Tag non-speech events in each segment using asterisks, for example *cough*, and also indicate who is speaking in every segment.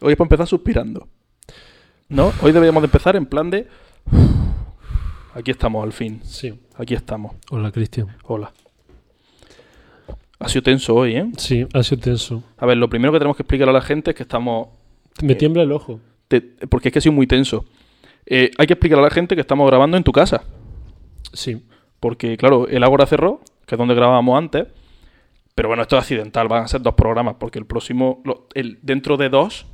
Speaker 1: Hoy es para empezar suspirando. ¿No? Hoy deberíamos de empezar en plan de. Aquí estamos, al fin.
Speaker 2: Sí.
Speaker 1: Aquí estamos.
Speaker 2: Hola, Cristian.
Speaker 1: Hola. Ha sido tenso hoy, ¿eh?
Speaker 2: Sí, ha sido tenso.
Speaker 1: A ver, lo primero que tenemos que explicar a la gente es que estamos.
Speaker 2: Me tiembla el ojo.
Speaker 1: te- porque es que ha sido muy tenso. Eh, hay que explicar a la gente que estamos grabando en tu casa.
Speaker 2: Sí.
Speaker 1: Porque, claro, el Ágora cerró, que es donde grabábamos antes. Pero bueno, esto es accidental, van a ser dos programas, porque el próximo, lo- el, dentro de dos,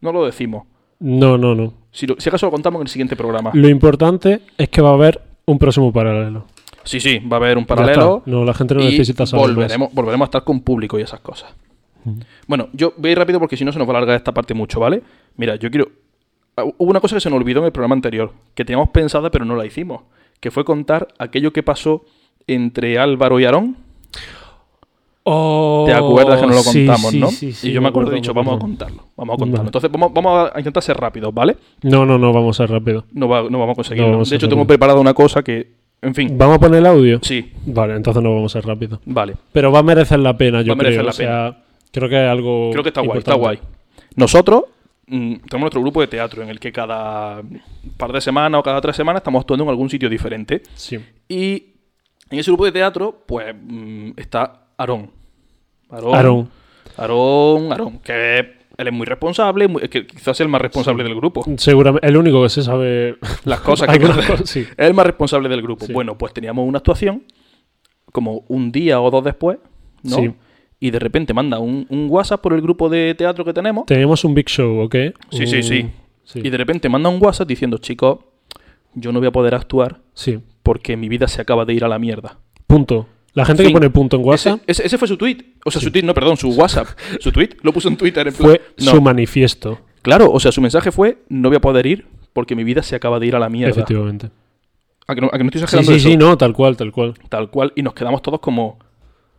Speaker 1: no lo decimos.
Speaker 2: No, no, no.
Speaker 1: Si, lo- si acaso lo contamos en el siguiente programa.
Speaker 2: Lo importante es que va a haber un próximo paralelo.
Speaker 1: Sí, sí, va a haber un
Speaker 2: Ya
Speaker 1: paralelo.
Speaker 2: está. No, la gente no
Speaker 1: y
Speaker 2: necesita saber más.
Speaker 1: volveremos, volveremos a estar con público y esas cosas.
Speaker 2: Mm.
Speaker 1: Bueno, yo voy a ir rápido porque si no se nos va a alargar esta parte mucho, ¿vale? Mira, yo quiero. ah, Hubo una cosa que se nos olvidó en el programa anterior, que teníamos pensada pero no la hicimos, que fue contar aquello que pasó entre Álvaro y Aarón.
Speaker 2: Oh,
Speaker 1: Te acuerdas que no lo
Speaker 2: sí,
Speaker 1: contamos,
Speaker 2: sí,
Speaker 1: ¿no?
Speaker 2: sí, sí,
Speaker 1: y yo me acuerdo, he dicho,
Speaker 2: me
Speaker 1: vamos a
Speaker 2: acuerdo.
Speaker 1: contarlo, vamos a contarlo.
Speaker 2: Vale.
Speaker 1: Entonces vamos, vamos a intentar ser rápidos, ¿vale?
Speaker 2: No, no, no, vamos a ser rápido.
Speaker 1: No, va- no vamos a conseguirlo.
Speaker 2: No vamos a
Speaker 1: de hecho,
Speaker 2: ser
Speaker 1: tengo
Speaker 2: rápido.
Speaker 1: preparado una cosa que, en fin,
Speaker 2: ¿Vamos a poner el audio?
Speaker 1: Mm. sí,
Speaker 2: Vale, entonces no vamos a ser rápido.
Speaker 1: vale.
Speaker 2: Pero va a merecer la pena, yo
Speaker 1: Va a merecer
Speaker 2: creo.
Speaker 1: la
Speaker 2: o sea, creo que es algo.
Speaker 1: Creo que está guay, está guay.
Speaker 2: importante.
Speaker 1: Nosotros mm, tenemos nuestro grupo de teatro en el que cada par de semanas o cada tres semanas estamos actuando en algún sitio diferente.
Speaker 2: Sí.
Speaker 1: Y en ese grupo de teatro, pues mm, está Aarón. Aarón.
Speaker 2: Aarón.
Speaker 1: Aarón, Aarón, que él es muy responsable, muy- que quizás es el más responsable del grupo.
Speaker 2: Seguramente. El único que se sabe.
Speaker 1: Oh. *laughs* Las cosas que
Speaker 2: *laughs* Algunas
Speaker 1: puede-
Speaker 2: cosas, sí.
Speaker 1: Es el más responsable del grupo.
Speaker 2: Sí.
Speaker 1: Bueno, pues teníamos una actuación, como un día o dos después, ¿no?
Speaker 2: Sí.
Speaker 1: Y de repente manda un, un WhatsApp por el grupo de teatro que tenemos.
Speaker 2: Teníamos un Big Show, ¿ok?
Speaker 1: Sí, sí,
Speaker 2: Un-
Speaker 1: sí.
Speaker 2: Uh, Sí.
Speaker 1: Y de repente manda un WhatsApp diciendo, chicos, yo no voy a poder actuar
Speaker 2: sí.
Speaker 1: porque mi vida se acaba de ir a la mierda.
Speaker 2: Punto. La gente
Speaker 1: Fin.
Speaker 2: que pone punto en WhatsApp
Speaker 1: Ese, ese- ese fue su tweet. O sea, su tweet, no, perdón,
Speaker 2: *laughs*
Speaker 1: su WhatsApp. su tweet lo puso en Twitter. en plan-
Speaker 2: fue
Speaker 1: No,
Speaker 2: su manifiesto,
Speaker 1: Claro, o sea, su mensaje fue, no voy a poder ir porque mi vida se acaba de ir a la mierda.
Speaker 2: efectivamente.
Speaker 1: ¿A que no, a que no estoy
Speaker 2: Sí,
Speaker 1: exagerando
Speaker 2: sí,
Speaker 1: eso?
Speaker 2: sí, no, tal cual, tal cual.
Speaker 1: Tal cual. Y nos quedamos todos como...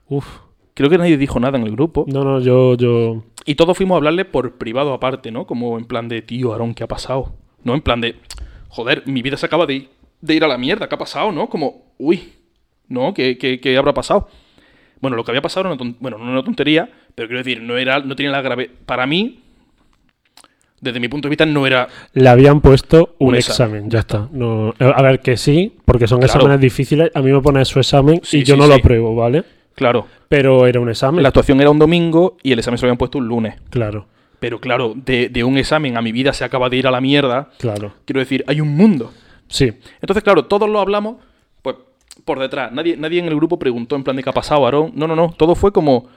Speaker 2: Uf.
Speaker 1: Creo que nadie dijo nada en el grupo.
Speaker 2: No, no, yo, yo.
Speaker 1: Y todos fuimos a hablarle por privado aparte, ¿no? Como en plan de, tío, Aarón, ¿qué ha pasado? No en plan de, joder, mi vida se acaba de, de ir a la mierda, ¿qué ha pasado, no? Como, uy, ¿no? ¿Qué, qué- qué habrá pasado? Bueno, lo que había pasado era una, ton- bueno, no era una tontería, pero quiero decir, no, era, no tenía la grave. Para mí, desde mi punto de vista, no era.
Speaker 2: Le habían puesto un,
Speaker 1: Un
Speaker 2: examen. ya está. No, eh, a ver, que sí, porque son
Speaker 1: Claro.
Speaker 2: exámenes difíciles. A mí me pone su examen
Speaker 1: Sí,
Speaker 2: y yo
Speaker 1: sí,
Speaker 2: no lo
Speaker 1: sí.
Speaker 2: apruebo, ¿vale?
Speaker 1: Claro,
Speaker 2: Pero era un examen.
Speaker 1: la actuación era un domingo y el examen se lo habían puesto un lunes.
Speaker 2: Claro,
Speaker 1: Pero claro, de, de un examen a mi vida se acaba de ir a la mierda,
Speaker 2: claro.
Speaker 1: quiero decir, hay un mundo.
Speaker 2: Sí,
Speaker 1: Entonces, claro, todos lo hablamos pues, por detrás. Nadie, nadie en el grupo preguntó en plan de qué ha pasado, Aarón. No, no, no. Todo fue como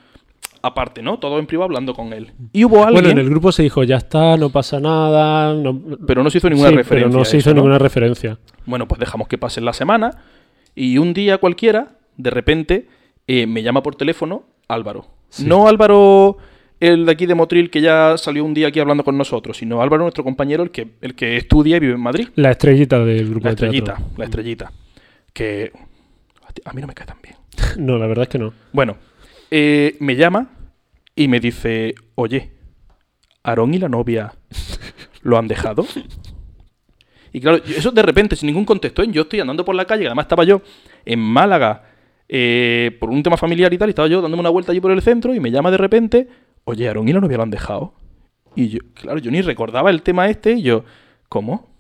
Speaker 1: aparte, ¿no? Todo en privado hablando con él. Y hubo alguien,
Speaker 2: Bueno, en el grupo se dijo, ya está, no pasa nada. No...
Speaker 1: pero no se hizo ninguna
Speaker 2: Sí,
Speaker 1: referencia. a
Speaker 2: Pero no se
Speaker 1: eso,
Speaker 2: hizo ninguna referencia.
Speaker 1: Bueno, pues dejamos que pase la semana y un día cualquiera, de repente, eh, me llama por teléfono Álvaro. No Álvaro, el de aquí de Motril, que ya salió un día aquí hablando con nosotros, sino Álvaro, nuestro compañero, el que, el que estudia y vive en Madrid.
Speaker 2: La estrellita del grupo
Speaker 1: La
Speaker 2: de teatro.
Speaker 1: estrellita, la estrellita. Que a mí no me cae tan bien.
Speaker 2: No, la verdad es que no.
Speaker 1: Bueno, eh, me llama y me dice, oye, Aarón y la novia lo han dejado. Y claro, yo- eso de repente, sin ningún contexto, ¿eh? yo estoy andando por la calle, que además estaba yo en Málaga eh, por un tema familiar y tal, y estaba yo dándome una vuelta allí por el centro y me llama de repente, oye, Aarón y la novia lo han dejado. Y yo, claro, yo ni recordaba el tema este y yo, ¿cómo?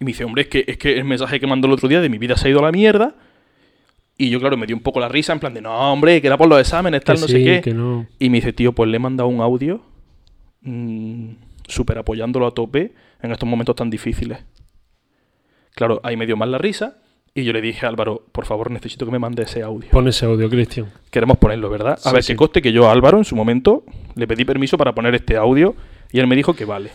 Speaker 1: Y me dice, hombre, es que, es que el mensaje que mandó el otro día de mi vida se ha ido a la mierda. Y yo, claro, me dio un poco la risa, en plan de, no, hombre, que era por los exámenes, tal,
Speaker 2: Que
Speaker 1: no
Speaker 2: sí,
Speaker 1: sé qué.
Speaker 2: que no.
Speaker 1: Y me dice, tío, pues le he mandado un audio mm, súper apoyándolo a tope en estos momentos tan difíciles. Claro, ahí me dio más la risa y yo le dije, Álvaro, por favor, necesito que me mande ese audio.
Speaker 2: Pon ese audio, Cristian.
Speaker 1: Queremos ponerlo, ¿verdad? A
Speaker 2: Sí,
Speaker 1: ver,
Speaker 2: sí.
Speaker 1: que coste que yo a Álvaro en su momento le pedí permiso para poner este audio y él me dijo que vale.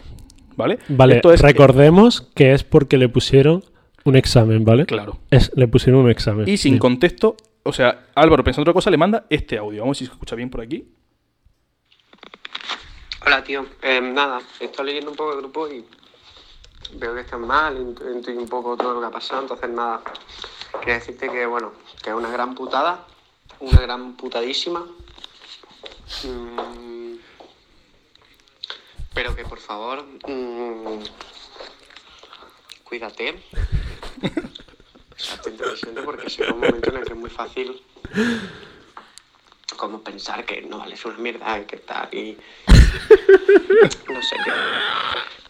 Speaker 1: ¿Vale?
Speaker 2: Vale,
Speaker 1: Esto es- eh,
Speaker 2: recordemos que es porque le pusieron un examen, ¿vale?
Speaker 1: Claro.
Speaker 2: Es- le pusieron un examen.
Speaker 1: Y sin
Speaker 2: Bien.
Speaker 1: contexto, o sea, Álvaro pensando otra cosa, le manda este audio. Vamos a ver si se escucha bien por aquí.
Speaker 3: Hola, tío. Eh, nada, estoy leyendo un poco el grupo y veo que estás mal, intu- intuyo un poco todo lo que ha pasado, entonces nada. Quería decirte que, bueno, que es una gran putada, una gran putadísima. Mm, pero que, por favor, mm, cuídate. Hazte inteligente porque llega un momento en el que es muy fácil como pensar que no vales una mierda, que tal, y no sé,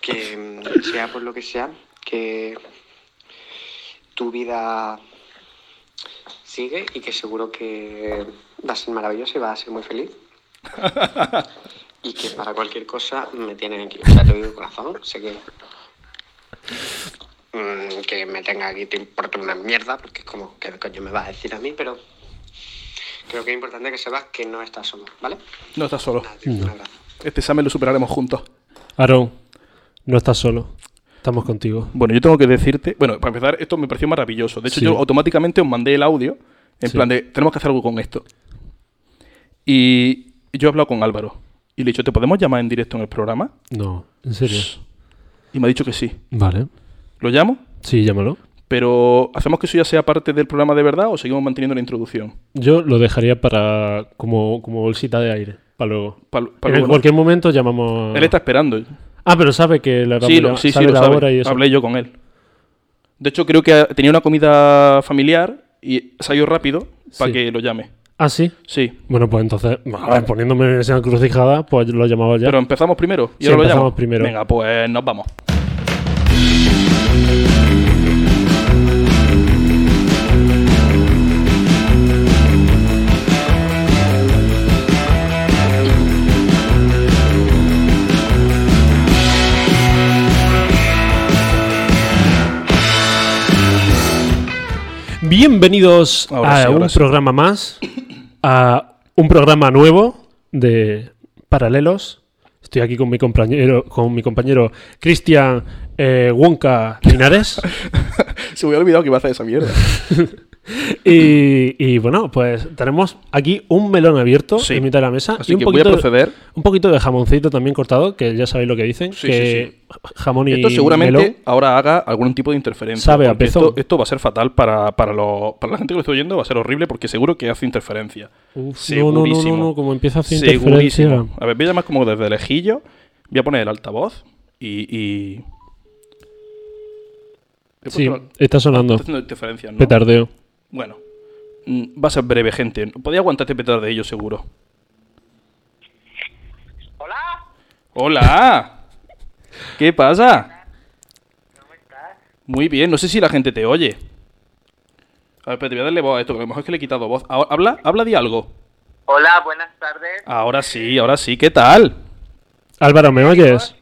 Speaker 3: que, que, mm, sea por lo que sea, que tu vida sigue y que seguro que va a ser maravillosa y va a ser muy feliz. y que para cualquier cosa me tienen aquí. O sea, te lo digo de corazón, sé que. mm, que me tenga aquí te importa una mierda, porque es como, ¿qué coño me vas a decir a mí? Pero creo que es importante que sepas que no estás solo, ¿vale?
Speaker 1: No estás solo.
Speaker 3: Nada, tío, un abrazo.
Speaker 1: Este examen lo superaremos juntos.
Speaker 2: Aarón, no estás solo. Estamos contigo.
Speaker 1: Bueno, yo tengo que decirte. Bueno, para empezar, esto me pareció maravilloso. De hecho,
Speaker 2: Sí.
Speaker 1: yo automáticamente os mandé el audio en
Speaker 2: Sí.
Speaker 1: plan de: tenemos que hacer algo con esto. Y yo he hablado con Álvaro y le he dicho: ¿te podemos llamar en directo en el programa?
Speaker 2: No, en serio.
Speaker 1: Y me ha dicho que sí.
Speaker 2: Vale.
Speaker 1: ¿Lo llamo?
Speaker 2: Sí, llámalo.
Speaker 1: Pero ¿hacemos que eso ya sea parte del programa de verdad o seguimos manteniendo la introducción?
Speaker 2: Yo lo dejaría para como, como bolsita de aire, para luego.
Speaker 1: Pa- pa-
Speaker 2: en
Speaker 1: bueno,
Speaker 2: cualquier momento llamamos...
Speaker 1: Él está esperando.
Speaker 2: Ah, pero sabe que la
Speaker 1: Sí, lo,
Speaker 2: vamos a-
Speaker 1: sí, sí,
Speaker 2: sabe
Speaker 1: lo
Speaker 2: la
Speaker 1: sabe.
Speaker 2: hora y eso.
Speaker 1: Hablé yo con él. De hecho, creo que ha- tenía una comida familiar y salió rápido para
Speaker 2: Sí.
Speaker 1: que lo llame.
Speaker 2: Ah, sí.
Speaker 1: Sí.
Speaker 2: Bueno, pues entonces, a ver, poniéndome en esa encrucijada, pues lo llamaba ya.
Speaker 1: Pero empezamos primero. Y
Speaker 2: Sí,
Speaker 1: ahora lo
Speaker 2: empezamos
Speaker 1: llamo.
Speaker 2: primero.
Speaker 1: Venga, pues nos vamos.
Speaker 2: Bienvenidos
Speaker 1: Ahora
Speaker 2: a
Speaker 1: sí, ahora
Speaker 2: un
Speaker 1: sí.
Speaker 2: programa más, a un programa nuevo de Paralelos. Estoy aquí con mi compañero, con mi compañero Cristian eh, Wonka
Speaker 1: *laughs*
Speaker 2: Linares.
Speaker 1: *laughs* Se me había olvidado que iba a hacer esa
Speaker 2: *laughs*
Speaker 1: mierda.
Speaker 2: y, y bueno, pues tenemos aquí un melón abierto
Speaker 1: Sí.
Speaker 2: en mitad de la mesa. y
Speaker 1: Así
Speaker 2: un
Speaker 1: que voy a
Speaker 2: poquito,
Speaker 1: proceder.
Speaker 2: Un poquito de jamoncito también cortado, que ya sabéis lo que dicen.
Speaker 1: Sí,
Speaker 2: que Jamón y
Speaker 1: Esto seguramente
Speaker 2: melón.
Speaker 1: ahora haga algún tipo de interferencia.
Speaker 2: Sabe a
Speaker 1: porque
Speaker 2: pezón.
Speaker 1: Esto, esto va a ser fatal para, para, los- para la gente que lo está oyendo, va a ser horrible porque seguro que hace interferencia.
Speaker 2: Uf, no, no, no, no,
Speaker 1: segurísimo.
Speaker 2: no, como empieza a hacer interferencia.
Speaker 1: Segurísimo. A ver, voy a llamar como desde lejillo. Voy a poner el altavoz y. y... He
Speaker 2: Sí,
Speaker 1: puesto-
Speaker 2: está sonando.
Speaker 1: Está haciendo interferencias, ¿no?
Speaker 2: Petardeo.
Speaker 1: Bueno, mm, va a ser breve, gente. Podía aguantar este petar de ellos, seguro.
Speaker 4: Hola,
Speaker 1: ¡Hola! ¿Qué pasa?
Speaker 4: ¿cómo estás?
Speaker 1: Muy bien, no sé si la gente te oye. A ver, pero te voy a darle voz a esto, que a lo mejor es que le he quitado voz. Ahora- habla, habla de algo.
Speaker 4: Hola, buenas tardes.
Speaker 1: Ahora sí, ahora sí, ¿qué tal?
Speaker 2: Álvaro, ¿me oyes?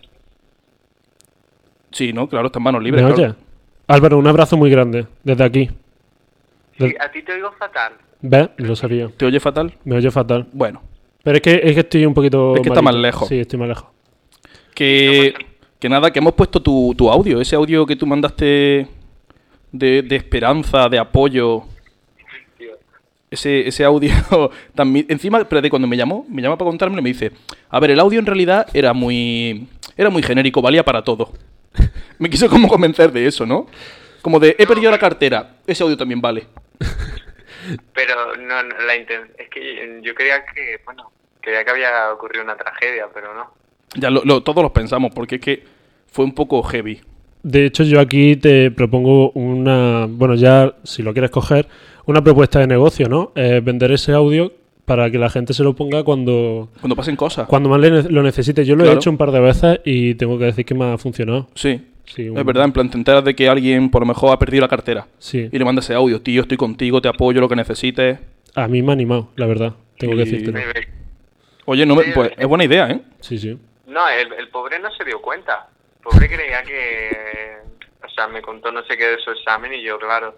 Speaker 1: Sí, no, claro, están manos
Speaker 2: ¿Me
Speaker 1: libres. claro.
Speaker 2: oyes? Álvaro, un abrazo muy grande desde aquí.
Speaker 4: Sí, a ti te oigo fatal.
Speaker 2: ¿Ves? Lo sabía.
Speaker 1: ¿Te oye fatal?
Speaker 2: Me oye fatal.
Speaker 1: Bueno,
Speaker 2: Pero es que, es que estoy un poquito.
Speaker 1: Es que está
Speaker 2: malito.
Speaker 1: más lejos.
Speaker 2: Sí, estoy más lejos.
Speaker 1: Que, que nada, que hemos puesto tu, tu audio, ese audio que tú mandaste de, de esperanza, de apoyo. Ese, ese audio *laughs* también. Encima, espérate, cuando me llamó, me llama para contármelo y me dice: A ver, el audio en realidad era muy. Era muy genérico, valía para todo. *laughs* Me quiso como convencer de eso, ¿no? Como de he perdido la cartera, ese audio también vale.
Speaker 4: Pero no, no, la inten- es que yo creía que, bueno, creía que había ocurrido una tragedia, pero no.
Speaker 1: Ya lo- lo- todos los pensamos, porque es que fue un poco heavy.
Speaker 2: De hecho, yo aquí te propongo una. Bueno, ya si lo quieres coger, una propuesta de negocio, ¿no? Eh, vender ese audio para que la gente se lo ponga cuando.
Speaker 1: Cuando pasen cosas.
Speaker 2: Cuando más le- lo necesite. Yo lo he
Speaker 1: Claro.
Speaker 2: hecho un par de veces y tengo que decir que me ha funcionado.
Speaker 1: Sí.
Speaker 2: Sí,
Speaker 1: Es
Speaker 2: un-
Speaker 1: verdad, en plan, te enteras de que alguien por lo mejor ha perdido la cartera.
Speaker 2: Sí.
Speaker 1: Y le mandas ese audio, tío, estoy contigo, te apoyo, lo que necesites.
Speaker 2: A mí me ha animado, la verdad. Tengo que
Speaker 1: Sí.
Speaker 2: decírtelo.
Speaker 1: Oye, no me-
Speaker 4: Sí,
Speaker 1: pues,
Speaker 4: sí.
Speaker 1: es buena idea, ¿eh?
Speaker 2: Sí, sí.
Speaker 4: No, el, el pobre no se dio cuenta. El pobre creía que, o sea, me contó no sé qué de su examen y yo, claro.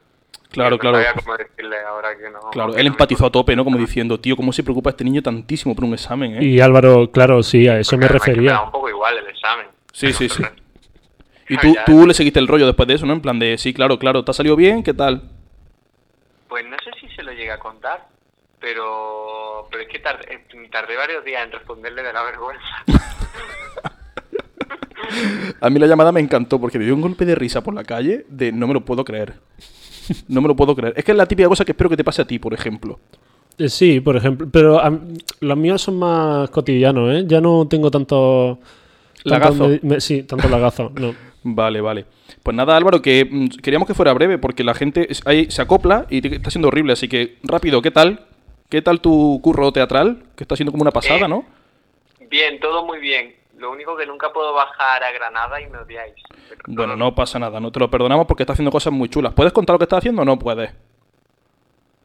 Speaker 1: Claro,
Speaker 4: no
Speaker 1: claro.
Speaker 4: sabía cómo decirle ahora que no.
Speaker 1: Claro,
Speaker 4: que
Speaker 1: él
Speaker 4: no me
Speaker 1: empatizó a tope, ¿no? Como diciendo, tío, ¿cómo se preocupa este niño tantísimo por un examen, eh?
Speaker 2: Y Álvaro, claro, sí, a eso me
Speaker 4: Porque además que Me
Speaker 2: refería.
Speaker 4: da un poco igual el examen.
Speaker 1: Sí, sí, sí. Y
Speaker 4: Ah,
Speaker 1: tú,
Speaker 4: ya.
Speaker 1: tú le seguiste el rollo después de eso, ¿no? En plan de, sí, claro, claro, ¿te ha salido bien? ¿Qué tal?
Speaker 4: Pues no sé si se lo llegué a contar, pero, pero es que tardé, eh, tardé varios días en responderle de la vergüenza.
Speaker 1: A mí la llamada me encantó porque me dio un golpe de risa por la calle de no me lo puedo creer. No me lo puedo creer. Es que es la típica cosa que espero que te pase a ti, por ejemplo.
Speaker 2: Eh, Sí, por ejemplo. Pero a m- los míos son más cotidianos, ¿eh? Ya no tengo tanto.
Speaker 1: Lagazo.
Speaker 2: tanto me- me-
Speaker 1: *laughs*
Speaker 2: sí, tanto lagazo. No.
Speaker 1: Vale, vale. Pues nada, Álvaro, que mm, queríamos que fuera breve porque la gente es- ahí se acopla y te- está siendo horrible. Así que rápido, ¿qué tal? ¿Qué tal tu curro teatral? Que está siendo como una pasada,
Speaker 4: Eh.
Speaker 1: ¿no?
Speaker 4: Bien, todo muy bien. Lo único que nunca puedo bajar a Granada y me odiáis. Pero
Speaker 1: Bueno,
Speaker 4: todo-
Speaker 1: no pasa nada, no te lo perdonamos porque está haciendo cosas muy chulas. ¿Puedes contar lo que estás haciendo o no puedes?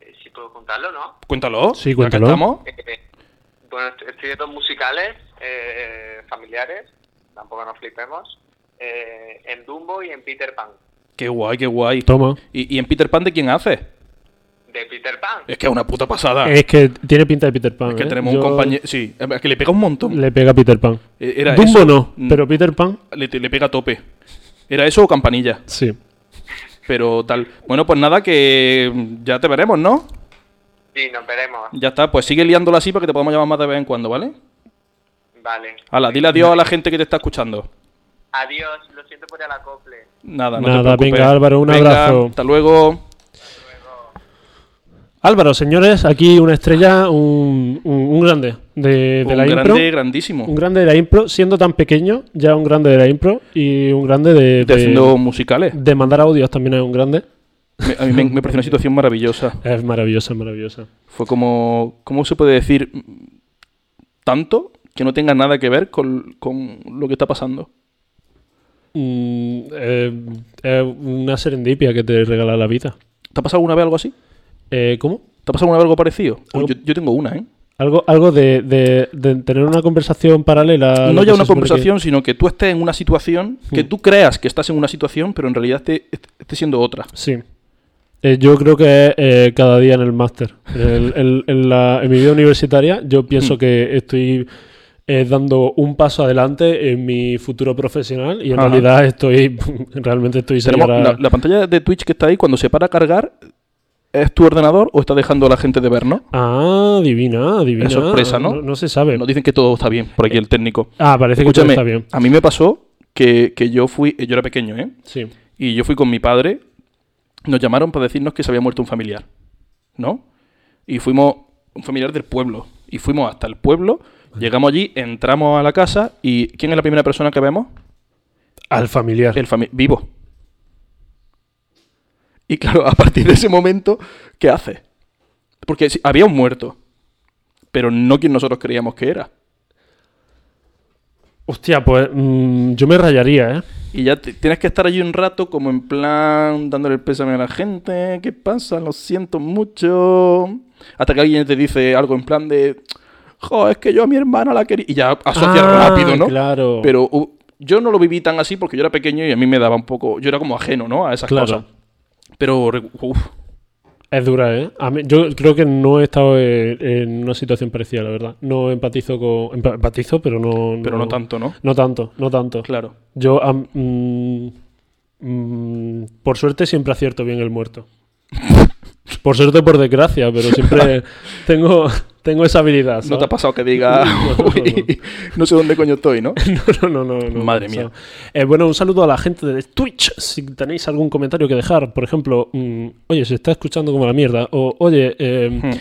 Speaker 4: eh, si puedo contarlo, ¿no?
Speaker 1: Cuéntalo.
Speaker 2: Sí,
Speaker 1: ya que
Speaker 2: cuéntalo.
Speaker 1: estamos.
Speaker 4: Eh, bueno, est- estoy de dos musicales eh, familiares, tampoco nos flipemos, eh, en Dumbo y en Peter Pan.
Speaker 1: Qué guay, qué guay.
Speaker 2: Toma.
Speaker 1: ¿Y, y en Peter Pan de quién haces?
Speaker 4: De Peter Pan.
Speaker 1: Es que es una puta pasada.
Speaker 2: Es que tiene pinta de Peter Pan.
Speaker 1: Ah. Es que
Speaker 2: ¿eh?
Speaker 1: tenemos
Speaker 2: Yo-
Speaker 1: un compañero. Sí, es que le pega un montón.
Speaker 2: Le pega a Peter Pan.
Speaker 1: Eh, Era
Speaker 2: Dumbo
Speaker 1: eso.
Speaker 2: no,
Speaker 1: Mm,
Speaker 2: pero Peter Pan
Speaker 1: Le, te- le pega a tope. Era eso o campanilla.
Speaker 2: sí.
Speaker 1: Pero tal. Bueno, pues nada, que mm, ya te veremos, ¿no?
Speaker 4: Sí, nos veremos.
Speaker 1: Ya está, pues sigue liándola así para que te podamos llamar más de vez en cuando, ¿vale? Mm.
Speaker 4: Vale.
Speaker 1: Hala, dile adiós a la gente que te está escuchando.
Speaker 4: Adiós, lo siento por el acople.
Speaker 1: Nada, no te
Speaker 2: Nada,
Speaker 1: preocupes.
Speaker 2: venga, Álvaro, un
Speaker 1: Venga,
Speaker 2: abrazo.
Speaker 1: Hasta luego.
Speaker 2: Álvaro, señores, aquí una estrella, un, un- un grande de, de
Speaker 1: un
Speaker 2: la
Speaker 1: grande,
Speaker 2: impro.
Speaker 1: grandísimo.
Speaker 2: Un grande de la impro, siendo tan pequeño, ya un grande de la impro y un grande de,
Speaker 1: Está haciendo
Speaker 2: de,
Speaker 1: musicales.
Speaker 2: de mandar audios también es un grande.
Speaker 1: Me- a mí me, me pareció una situación maravillosa.
Speaker 2: Es maravillosa, maravillosa.
Speaker 1: Fue como. ¿Cómo se puede decir mm, tanto que no tenga nada que ver con, con lo que está pasando?
Speaker 2: Mm, eh, es una serendipia que te regala la vida.
Speaker 1: ¿Te ha pasado alguna vez algo así?
Speaker 2: Eh, ¿Cómo?
Speaker 1: ¿Te ha pasado alguna vez algo parecido? Pues
Speaker 2: Algo-
Speaker 1: yo, yo tengo una, ¿eh?
Speaker 2: Algo, algo de, de- de tener una conversación paralela. a
Speaker 1: No
Speaker 2: Ah, lo que
Speaker 1: ya
Speaker 2: se
Speaker 1: una
Speaker 2: supone que-
Speaker 1: conversación, sino que tú estés en una situación, que
Speaker 2: Mm.
Speaker 1: tú creas que estás en una situación, pero en realidad te- est- esté siendo otra.
Speaker 2: Sí. Eh, yo creo que es eh, cada día en el máster. En, el- en- en la- en mi vida universitaria yo
Speaker 1: Mm.
Speaker 2: pienso que estoy eh, dando un paso adelante en mi futuro profesional y en
Speaker 1: Ajá.
Speaker 2: realidad estoy, *laughs* realmente estoy... seis
Speaker 1: Tenemos
Speaker 2: horas-
Speaker 1: la, la pantalla de Twitch que está ahí, cuando se para a cargar, ¿es tu ordenador o está dejando a la gente de ver, no?
Speaker 2: Ah, divina, divina.
Speaker 1: Es sorpresa, ¿no?
Speaker 2: No, se sabe.
Speaker 1: Nos dicen que todo está bien, por aquí el técnico.
Speaker 2: Ah, parece que todo
Speaker 1: Escúchame,
Speaker 2: está bien.
Speaker 1: a mí me pasó que, que yo fui, yo era pequeño, ¿eh?
Speaker 2: Sí.
Speaker 1: Y yo fui con mi padre, nos llamaron para decirnos que se había muerto un familiar, ¿no? Y fuimos, un familiar del pueblo, y fuimos hasta el pueblo, llegamos allí, entramos a la casa, y ¿quién es la primera persona que vemos?
Speaker 2: Al familiar.
Speaker 1: El fami- vivo. Y claro, a partir de ese momento, ¿qué hace? Porque sí, había un muerto, pero no quien nosotros creíamos que era.
Speaker 2: Hostia, pues mm, yo me rayaría, ¿eh?
Speaker 1: Y ya te- tienes que estar allí un rato como en plan dándole el pésame a la gente, ¿qué pasa? Lo siento mucho. Hasta que alguien te dice algo en plan de, jo, es que yo a mi hermana la quería... Y ya asocia
Speaker 2: Ah,
Speaker 1: rápido, ¿no?
Speaker 2: Claro.
Speaker 1: Pero uh, yo no lo viví tan así porque yo era pequeño y a mí me daba un poco... Yo era como ajeno, ¿no? A esas
Speaker 2: Claro.
Speaker 1: cosas. Pero, re- uf,
Speaker 2: Es dura, ¿eh? A mí- yo creo que no he estado eh, en una situación parecida, la verdad. No empatizo con... empa- Empatizo, pero no...
Speaker 1: pero no tanto, ¿no?
Speaker 2: No tanto, no tanto.
Speaker 1: Claro.
Speaker 2: Yo... am- mm, mm, por suerte siempre acierto bien el muerto. por suerte o por desgracia,
Speaker 1: *laughs*
Speaker 2: pero siempre tengo, tengo esa habilidad.
Speaker 1: No
Speaker 2: ¿sabes?
Speaker 1: te ha pasado que diga, *laughs* "Uy, no sé dónde coño estoy, ¿no?
Speaker 2: *laughs* no, no, no, no.
Speaker 1: Madre
Speaker 2: O sea,
Speaker 1: mía.
Speaker 2: eh, bueno, un saludo a la gente de Twitch. Si tenéis algún comentario que dejar, por ejemplo, mm, oye, se está escuchando como la mierda. O, oye, eh,
Speaker 1: Hmm.
Speaker 2: mm,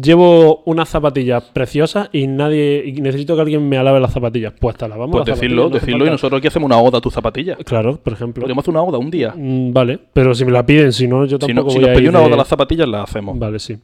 Speaker 2: llevo unas zapatillas preciosas y nadie y necesito que alguien me alabe las zapatillas. Pues te alabamos.
Speaker 1: Pues
Speaker 2: las
Speaker 1: decirlo,
Speaker 2: zapatillas, no hace
Speaker 1: decirlo y
Speaker 2: falta-
Speaker 1: nosotros aquí hacemos una oda a tus zapatillas.
Speaker 2: Claro, por ejemplo.
Speaker 1: Podríamos hacer una oda un día.
Speaker 2: Mm, Vale, pero si me la piden, si no, yo
Speaker 1: Si, no-
Speaker 2: tampoco
Speaker 1: si
Speaker 2: voy
Speaker 1: nos
Speaker 2: a
Speaker 1: pedís
Speaker 2: ir
Speaker 1: una
Speaker 2: de-
Speaker 1: oda a las zapatillas, la hacemos.
Speaker 2: Vale, sí.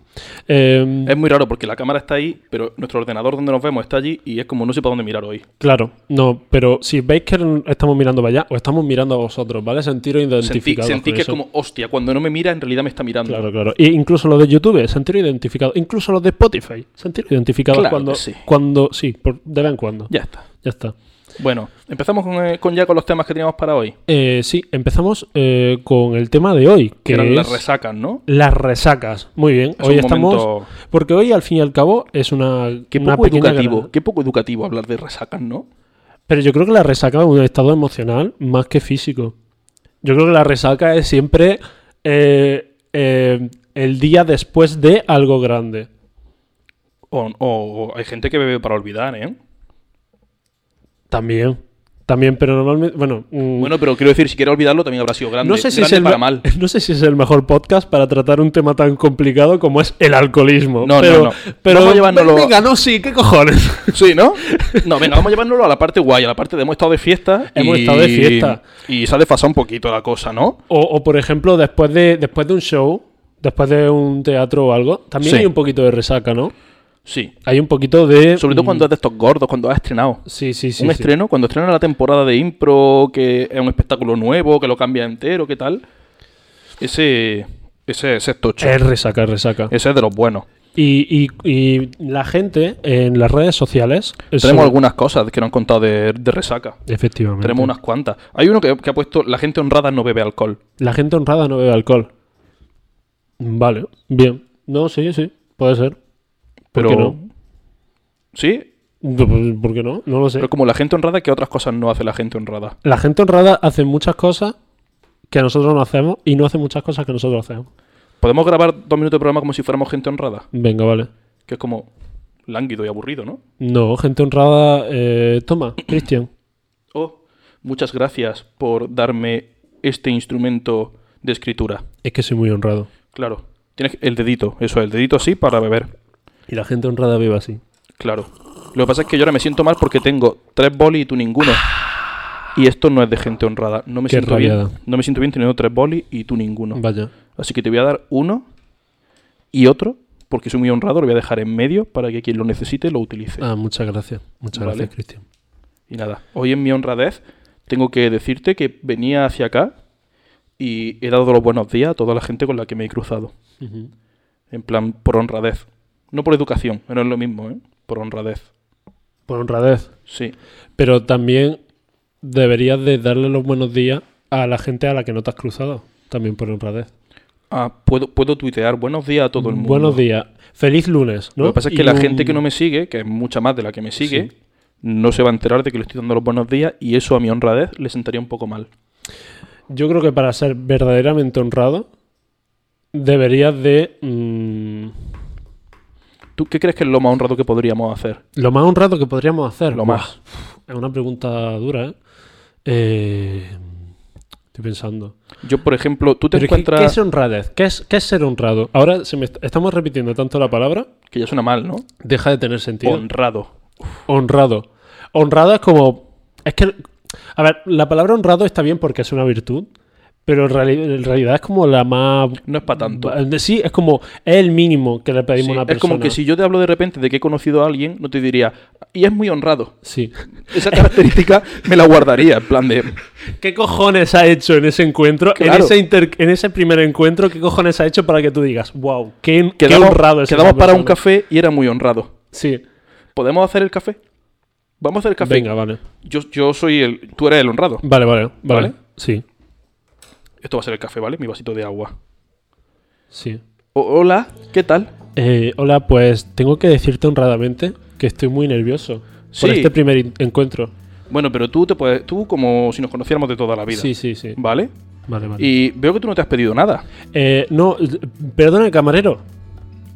Speaker 2: Eh,
Speaker 1: Es muy raro porque la cámara está ahí, pero nuestro ordenador donde nos vemos está allí y es como no sé para dónde mirar hoy.
Speaker 2: Claro, no, pero si veis que estamos mirando para allá, o estamos mirando a vosotros, ¿vale? Sentiros
Speaker 1: Sentí,
Speaker 2: identificados.
Speaker 1: sentí
Speaker 2: con
Speaker 1: que es
Speaker 2: eso.
Speaker 1: como, hostia, cuando no me mira, en realidad me está mirando.
Speaker 2: Claro, claro. E incluso los de YouTube, sentir identificado. Incluso los de Spotify, sentir identificado
Speaker 1: Claro
Speaker 2: cuando,
Speaker 1: que sí.
Speaker 2: cuando. Sí, por, de vez en cuando.
Speaker 1: Ya está.
Speaker 2: Ya está.
Speaker 1: Bueno, empezamos con, eh, con ya con los temas que teníamos para hoy.
Speaker 2: Eh, sí, empezamos eh, con el tema de hoy, que
Speaker 1: Que eran
Speaker 2: es
Speaker 1: las resacas, ¿no?
Speaker 2: las resacas. Muy bien.
Speaker 1: Es
Speaker 2: hoy
Speaker 1: un
Speaker 2: estamos.
Speaker 1: momento-
Speaker 2: Porque hoy, al fin y al cabo, es una.
Speaker 1: Qué
Speaker 2: una
Speaker 1: poco
Speaker 2: pequeña
Speaker 1: educativo,
Speaker 2: gran-
Speaker 1: qué poco educativo hablar de resacas, ¿no?
Speaker 2: Pero yo creo que la resaca es un estado emocional más que físico. Yo creo que la resaca es siempre eh, eh, el día después de algo grande.
Speaker 1: O, o- o hay gente que bebe para olvidar, ¿eh?
Speaker 2: También. También, pero normalmente. Bueno, mm,
Speaker 1: Bueno, pero quiero decir, si quiere olvidarlo también habrá sido grande.
Speaker 2: no, sé si es
Speaker 1: Grande
Speaker 2: el,
Speaker 1: para mal.
Speaker 2: *laughs* no sé si es el mejor podcast para tratar un tema tan complicado como es el alcoholismo.
Speaker 1: No, no,
Speaker 2: pero,
Speaker 1: no.
Speaker 2: Pero,
Speaker 1: Vamos a llevárnoslo-
Speaker 2: Venga, no, sí, ¿qué cojones? *laughs*
Speaker 1: Sí, ¿no? No, venga, vamos a llevárnoslo a la parte guay, a la parte de hemos estado de fiesta.
Speaker 2: Hemos estado de fiesta.
Speaker 1: Y se ha desfasado un poquito la cosa, ¿no?
Speaker 2: O, o, por ejemplo, después de, después de un show, después de un teatro o algo, también
Speaker 1: Sí.
Speaker 2: hay un poquito de resaca, ¿no?
Speaker 1: Sí.
Speaker 2: Hay un poquito de.
Speaker 1: Sobre todo
Speaker 2: mm,
Speaker 1: cuando es de estos gordos, cuando has estrenado.
Speaker 2: Sí, sí, sí.
Speaker 1: un
Speaker 2: sí.
Speaker 1: estreno, cuando estrena la temporada de impro, que es un espectáculo nuevo, que lo cambia entero, ¿qué tal? Ese, ese, ese es tocho.
Speaker 2: Es resaca, es resaca.
Speaker 1: Ese es de los buenos.
Speaker 2: Y, y- y la gente en las redes sociales.
Speaker 1: Tenemos algunas cosas que nos han contado de, de resaca.
Speaker 2: Efectivamente.
Speaker 1: Tenemos unas cuantas. Hay uno que, que ha puesto, la gente honrada no bebe alcohol.
Speaker 2: La gente honrada no bebe alcohol. Vale, bien. No, sí, sí. Puede ser.
Speaker 1: Pero,
Speaker 2: qué no?
Speaker 1: ¿Sí?
Speaker 2: No, pues, ¿Por qué no? No lo sé.
Speaker 1: Pero como la gente honrada, ¿qué otras cosas no hace la gente honrada?
Speaker 2: La gente honrada hace muchas cosas que nosotros no hacemos y no hace muchas cosas que nosotros hacemos.
Speaker 1: ¿Podemos grabar dos minutos de programa como si fuéramos gente honrada?
Speaker 2: Venga, vale.
Speaker 1: Que es como lánguido y aburrido, ¿no?
Speaker 2: No, gente honrada. eh, *clears throat* toma, Cristian.
Speaker 1: Oh, muchas gracias por darme este instrumento de escritura.
Speaker 2: Es que soy muy honrado.
Speaker 1: Claro. Tienes el dedito, eso, el dedito así para beber.
Speaker 2: Y la gente honrada vive así.
Speaker 1: Claro. Lo que pasa es que yo ahora me siento mal porque tengo tres bolis y tú ninguno. Y esto no es de gente honrada. No me
Speaker 2: Qué
Speaker 1: siento bien.
Speaker 2: rabiada.
Speaker 1: No me siento bien teniendo tres bolis y tú ninguno.
Speaker 2: Vaya.
Speaker 1: Así que te voy a dar uno y otro, porque soy muy honrado, lo voy a dejar en medio para que quien lo necesite lo utilice.
Speaker 2: Ah, muchas gracias. Muchas
Speaker 1: Vale.
Speaker 2: gracias, Cristian.
Speaker 1: Y nada, hoy en mi honradez tengo que decirte que venía hacia acá y he dado los buenos días a toda la gente con la que me he cruzado.
Speaker 2: Ujú.
Speaker 1: En plan, por honradez. No por educación, no es lo mismo, ¿eh? Por honradez.
Speaker 2: Por honradez.
Speaker 1: Sí.
Speaker 2: Pero también deberías de darle los buenos días a la gente a la que no te has cruzado. También por honradez.
Speaker 1: Ah, puedo, puedo tuitear buenos días a todo el mundo.
Speaker 2: Buenos días. Feliz lunes, ¿no?
Speaker 1: Lo que pasa es
Speaker 2: Y
Speaker 1: que la
Speaker 2: un-
Speaker 1: gente que no me sigue, que es mucha más de la que me sigue,
Speaker 2: Sí.
Speaker 1: no se va a enterar de que le estoy dando los buenos días y eso a mi honradez le sentaría un poco mal.
Speaker 2: Yo creo que para ser verdaderamente honrado, deberías de... mm,
Speaker 1: ¿Tú qué crees que es lo más honrado que podríamos hacer?
Speaker 2: Lo más honrado que podríamos hacer.
Speaker 1: Lo
Speaker 2: Buah,
Speaker 1: más.
Speaker 2: Es una pregunta dura, ¿eh? Eh, Estoy pensando.
Speaker 1: Yo, por ejemplo, tú te
Speaker 2: Pero ¿qué-
Speaker 1: encuentras...
Speaker 2: ¿Qué es honradez? ¿Qué es, qué es ser honrado? Ahora se me est- estamos repitiendo tanto la palabra,
Speaker 1: Que ya suena mal, ¿no?
Speaker 2: deja de tener sentido.
Speaker 1: Honrado.
Speaker 2: Honrado. Honrado es como. Es que. A ver, la palabra honrado está bien porque es una virtud, pero en, reali- en realidad es como la más.
Speaker 1: No es para tanto.
Speaker 2: ba- Sí, es como. Es el mínimo que le pedimos
Speaker 1: Sí,
Speaker 2: a una
Speaker 1: es
Speaker 2: persona.
Speaker 1: como que si yo te hablo de repente de que he conocido a alguien, no te diría, y es muy honrado.
Speaker 2: Sí. *laughs*
Speaker 1: Esa característica me la guardaría, en plan de...
Speaker 2: ¿Qué cojones ha hecho en ese encuentro? En,
Speaker 1: Claro.
Speaker 2: ese inter- en ese primer encuentro, ¿qué cojones ha hecho para que tú digas, wow, qué, qué
Speaker 1: Quedamos,
Speaker 2: honrado es esa
Speaker 1: quedamos para un
Speaker 2: persona"?
Speaker 1: café y era muy honrado.
Speaker 2: Sí.
Speaker 1: ¿Podemos hacer el café? Vamos a hacer el café.
Speaker 2: Venga, vale.
Speaker 1: Yo, yo soy el... Tú eres el honrado.
Speaker 2: Vale, vale, vale.
Speaker 1: ¿Vale?
Speaker 2: Sí,
Speaker 1: Esto va a ser el café, ¿vale? Mi vasito de agua.
Speaker 2: sí.
Speaker 1: O- hola, ¿qué tal?
Speaker 2: Eh, hola, pues tengo que decirte honradamente que estoy muy nervioso
Speaker 1: Sí.
Speaker 2: por este primer in- encuentro.
Speaker 1: Bueno, pero tú te puedes... Tú como si nos conociéramos de toda la vida.
Speaker 2: Sí, sí, sí.
Speaker 1: ¿Vale?
Speaker 2: Vale, vale.
Speaker 1: Y veo que tú no te has pedido nada.
Speaker 2: Eh, no, l- perdona, camarero.